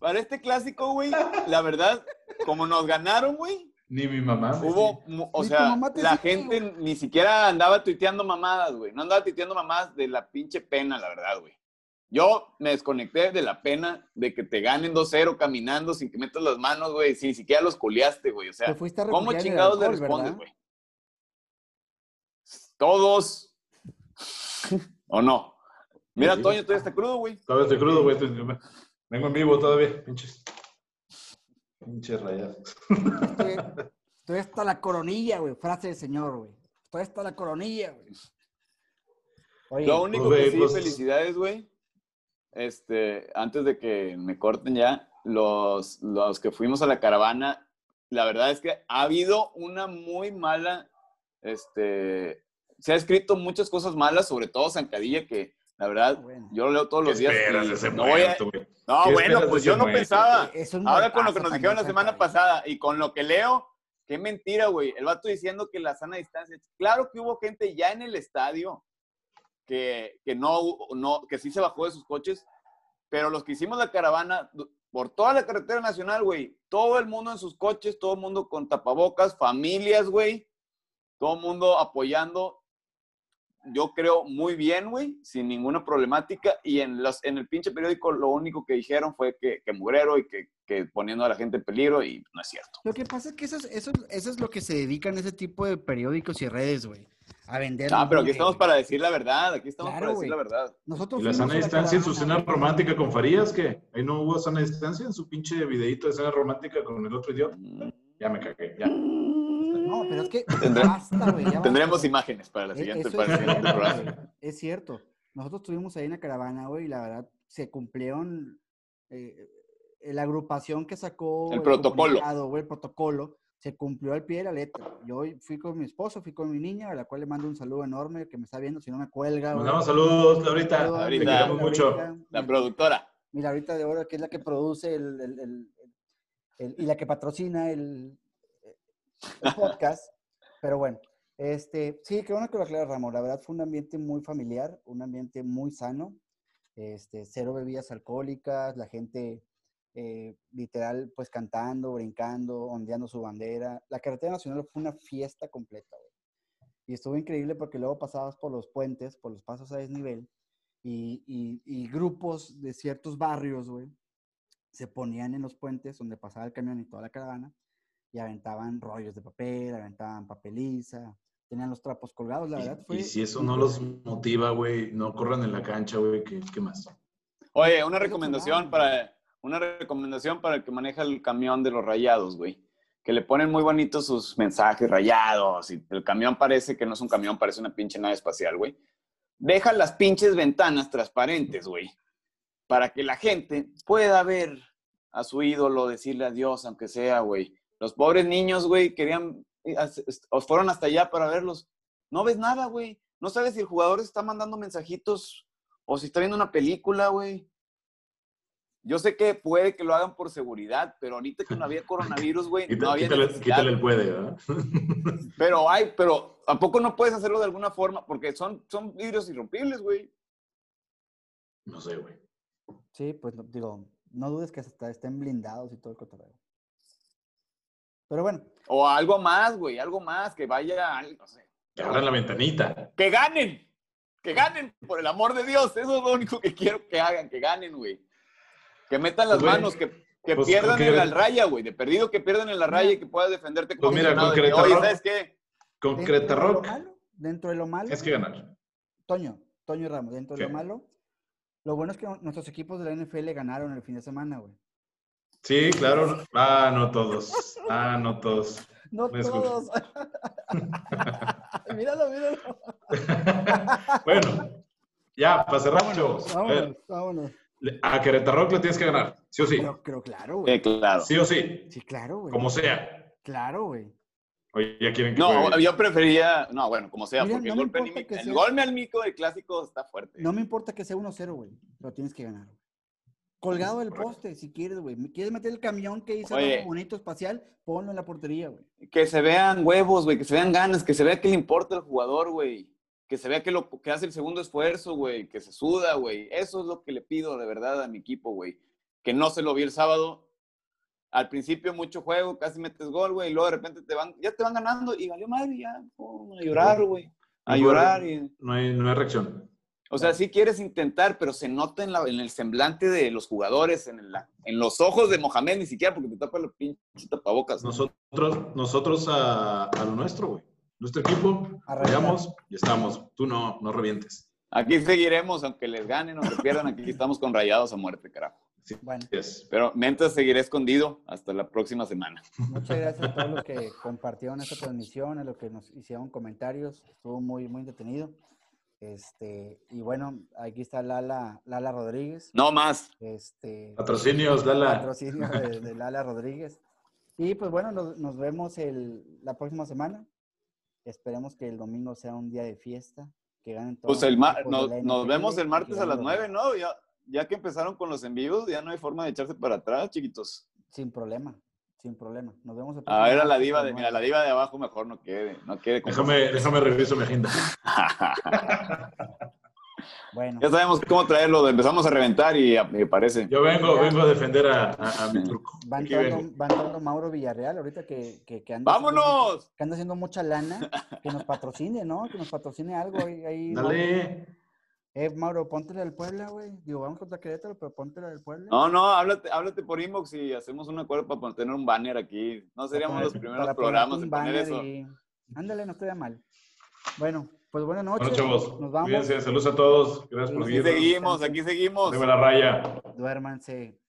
S3: para este clásico, güey, la verdad, como nos ganaron, güey,
S2: Ni mi mamá. güey.
S3: Hubo, mu- o
S1: Ni Pues tu
S3: sea,
S1: mamá te
S3: la
S1: sigue,
S3: gente ni siquiera andaba tuiteando mamadas, güey. No andaba tuiteando mamadas de la pinche pena, la verdad, güey. Yo me desconecté de la pena de que te ganen 2-0 caminando sin que metas las manos, güey. Si ni siquiera los culiaste, güey. O
S1: Te
S3: sea,
S1: fuiste a
S3: ¿cómo
S1: refugiar en el
S3: chingados le
S1: alcohol,
S3: respondes,
S1: ¿verdad?
S3: güey? Todos.
S1: (laughs)
S3: ¿O no?
S1: Pues
S3: Mira,
S2: Sí.
S3: Toño, todavía está crudo, güey.
S2: Todavía estoy crudo, güey. estoy- Vengo en vivo todavía, pinches. Pinches rayados.
S1: Estoy- Estoy hasta la coronilla, güey. Frase del señor, güey. Estoy hasta la coronilla, güey. Oye,
S3: Lo único
S2: Pues,
S3: que
S2: güey,
S3: sí,
S2: pues-
S3: felicidades, güey. Este, antes de que me corten ya, los, los que fuimos a la caravana, la verdad es que ha habido una muy mala, este, se ha escrito muchas cosas malas, sobre todo Zancadilla, que la verdad,
S1: ah, Bueno.
S3: yo lo leo todos
S2: ¿Qué
S3: los días.
S2: esperas
S3: y pues
S2: de ese
S3: no, voy a-
S2: muerto, güey? ¿Qué
S3: no, bueno,
S2: esperas de
S3: pues
S2: ese
S3: yo no
S2: muerto?
S3: pensaba.
S1: Eh, es un
S3: Ahora con lo que
S1: golpazo
S3: nos
S1: también,
S3: dijeron la semana
S1: Zancadilla.
S3: pasada y con lo que leo, qué mentira, güey. El vato diciendo que la sana distancia. Claro que hubo gente ya en el estadio que, que no, no, que sí se bajó de sus coches, pero los que hicimos la caravana du- por toda la carretera nacional, güey, todo el mundo en sus coches, todo el mundo con tapabocas, familias, güey, todo el mundo apoyando. Yo creo muy bien, güey, sin ninguna problemática. Y en, los, en el pinche periódico lo único que dijeron fue que, que mugrero y que, que poniendo a la gente en peligro y no es cierto.
S1: Lo que pasa es que eso es, eso, es- eso es lo que se dedican ese tipo de periódicos y redes, güey. A vender.
S3: Ah, pero aquí
S1: que
S3: estamos para decir la verdad, aquí estamos
S1: Claro,
S3: para decir
S1: güey.
S3: la verdad.
S1: Nosotros
S2: ¿Y la
S1: fuimos
S2: sana
S1: a
S2: distancia en su
S1: caravana,
S2: cena
S1: güey.
S2: romántica con Farías? que Ahí no hubo sana distancia en su pinche videito de cena romántica con el otro idiota. Ya me cagué, ya.
S1: No, pero es que
S3: Tendré-
S1: basta, güey. ya basta,
S3: Tendremos
S1: güey.
S3: imágenes para la
S1: Eh,
S3: siguiente,
S1: eso
S3: para el
S1: es
S3: siguiente
S1: cierto,
S3: programa.
S1: güey. Es cierto. Nosotros estuvimos ahí en la caravana, güey, y la verdad se cumplieron eh, eh, la agrupación que sacó
S3: El protocolo.
S1: comunicado, güey, el protocolo se cumplió al pie de la letra. Yo fui con mi esposo, fui con mi niña, a la cual le mando un saludo enorme, que me está viendo, si no me cuelga. güey.
S2: Mandamos saludos, Laurita.
S1: Saludo a
S3: Laurita.
S2: Te
S1: mi
S2: queremos mucho.
S1: Laurita,
S3: La
S1: mi-
S3: productora.
S1: mi Laurita de Oro, que es la que produce el, el- el- el- y la que patrocina el, el podcast. Pero bueno, este, sí, qué bueno que lo aclaras, Ramón. La verdad fue un ambiente muy familiar, un ambiente muy sano. Este, cero bebidas alcohólicas, la gente eh, literal, pues cantando, brincando, ondeando su bandera. La carretera nacional fue una fiesta completa, güey. Y estuvo increíble porque luego pasabas por los puentes, por los pasos a desnivel, y, y- y grupos de ciertos barrios, güey, se ponían en los puentes donde pasaba el camión y toda la caravana, y aventaban rollos de papel, aventaban papeliza, tenían los trapos colgados, la verdad
S2: Y,
S1: fue...
S2: y si eso no los motiva, güey, no corran en la cancha, güey, ¿qué, qué más?
S3: Oye, una
S1: Es lo que
S3: recomendación
S1: más,
S3: para una recomendación para el que maneja el camión de los rayados, güey. Que le ponen muy bonitos sus mensajes rayados y el camión parece que no es un camión, parece una pinche nave espacial, güey. Deja las pinches ventanas transparentes, güey, para que la gente pueda ver a su ídolo decirle adiós, aunque sea, güey. Los pobres niños, güey, querían, eh, o fueron hasta allá para verlos. No ves nada, güey. No sabes si el jugador está mandando mensajitos o si está viendo una película, güey. Yo sé que puede que lo hagan por seguridad, pero ahorita que
S2: (laughs)
S3: no había coronavirus, güey,
S2: Quítale,
S3: no había
S2: quítale-
S3: necesidad.
S2: quítale el puede, ¿verdad?
S3: Pero hay, pero ¿a poco no puedes hacerlo de alguna forma? Porque son, son vidrios irrompibles, güey.
S2: No sé, güey.
S1: Sí, pues no- digo, no dudes que hasta estén blindados y todo el cotorreo. Pero bueno,
S3: O algo más, güey, algo más, que vaya, al- no sé.
S2: Que abran la ventanita.
S3: ¡Que ganen! ¡Que ganen! Por el amor de Dios, eso es lo único que quiero que hagan, que ganen, güey. Que metan las
S2: Pues, güey,
S3: manos, que, que
S2: pues,
S3: pierdan
S2: que-
S3: en la raya, güey. De perdido que pierdan en la raya y que puedas defenderte
S2: Pues, mira,
S3: aficionado
S2: con
S3: de que,
S2: Querétaro-
S3: Oye, ¿sabes qué?
S2: Con
S1: dentro
S2: Creta
S1: de lo
S2: Rock
S1: malo, dentro de lo malo,
S2: es que ganar.
S1: Toño, Toño Ramos, dentro de
S2: ¿Qué?
S1: lo malo, lo bueno es que nuestros equipos de la NFL ganaron el fin de semana, güey.
S2: Sí, claro. Ah, no todos. Ah, no todos.
S1: No
S2: Me escucho.
S1: todos. (laughs) míralo, míralo.
S2: bueno, ya, para cerrar, chavos. A ver,
S1: Vámonos, vámonos.
S2: le- A Querétaro Rock le tienes que ganar, sí o sí.
S1: Pero, pero claro,
S3: Eh,
S1: güey.
S3: claro.
S2: Sí o sí,
S1: Sí, claro, güey.
S2: como sea.
S1: Claro, güey.
S2: Oye, ya quieren que juegue
S3: No,
S2: bien.
S3: yo prefería, no, bueno, como sea,
S1: Mira,
S3: porque
S1: no
S3: el
S1: me
S3: golpe,
S1: importa
S3: anímico-
S1: que
S3: el
S1: sea-
S3: golpe al mico del clásico está fuerte.
S1: No me importa que sea 1-0, güey. Lo tienes que ganar. güey. Colgado del poste, si quieres, güey. ¿Quieres meter el camión que hizo
S3: Oye.
S1: algo bonito espacial? Ponlo en la portería, güey.
S3: Que se vean huevos, güey, que se vean ganas, que se vea que le importa el jugador, güey. Que se vea que, lo, que hace el segundo esfuerzo, güey, que se suda, güey. Eso es lo que le pido de verdad a mi equipo, güey. Que no se lo vi el sábado. Al principio mucho juego, casi metes gol, güey, y luego de repente te van, ya te van ganando y valió madre, ya, pum, a llorar, güey. A llorar. Y,
S2: No hay, no hay reacción.
S3: o sea, sí quieres intentar, pero se nota en, la- en el semblante de los jugadores, en, la- en los ojos de Mohamed, ni siquiera porque te tapa los pinches tapabocas.
S2: Nosotros, nosotros a, a lo nuestro, güey. Nuestro equipo,
S1: A reventar.
S2: llegamos y estamos. Tú no, no revientes.
S3: Aquí seguiremos, aunque les ganen, aunque pierdan, aquí estamos con rayados a muerte, carajo.
S1: Bueno,
S2: Yes.
S3: Pero mientras seguiré escondido hasta la próxima semana.
S1: muchas gracias a todos los que compartieron esta transmisión, a los que nos hicieron comentarios. Estuvo muy, muy entretenido. Este, y bueno, aquí está Lala, Lala Rodríguez.
S3: No más.
S1: Este,
S2: Patrocinios, Lala.
S1: patrocinio de, de Lala Rodríguez. Y pues bueno, nos, nos vemos el, la próxima semana. Esperemos que el domingo sea un día de fiesta. Que ganen todos.
S3: Pues el
S1: los
S3: ma-
S1: equipos
S3: nos,
S1: de la
S3: nos
S1: NFL,
S3: vemos el martes
S1: que
S3: a las
S1: ganen los-
S3: 9, ¿no? Ya, ya que empezaron con los envíos, ya no hay forma de echarse para atrás, chiquitos.
S1: Sin problema, sin problema. Nos vemos el
S3: A ver a Ah, la
S1: próximo
S3: diva de,
S1: martes
S3: mira, la diva de abajo mejor no quede, no quede. con-
S2: Déjame, déjame reviso mi agenda.
S1: Bueno,
S3: ya sabemos cómo traerlo, empezamos a reventar y me parece.
S2: Yo vengo, vengo a defender a, a- a mi truco.
S1: va
S2: Aquí vengo.
S1: entrando, va entrando Mauro Villarreal ahorita que, que, que anda. haciendo-
S3: ¡Vámonos!
S1: que anda haciendo mucha lana. Que nos patrocine, ¿no? Que nos patrocine algo ahí. ahí
S2: Dale.
S1: Eh, Mauro, póntela del Puebla, güey. Digo, vamos contra Querétaro, pero póntela del Puebla.
S3: No, no, háblate, háblate por inbox y hacemos un acuerdo para poner un banner aquí. No seríamos los primeros
S1: para
S3: programas
S1: un
S3: en poner
S1: banner
S3: eso.
S1: y- Ándale, no queda mal. Bueno, pues buenas noches.
S2: Bueno, chavos,
S1: Nos vamos.
S2: cuídense. Saludos a todos. Gracias por
S1: Sí,
S3: Aquí
S2: seguirnos.
S3: seguimos, aquí seguimos.
S2: Deme la raya.
S1: Duérmanse.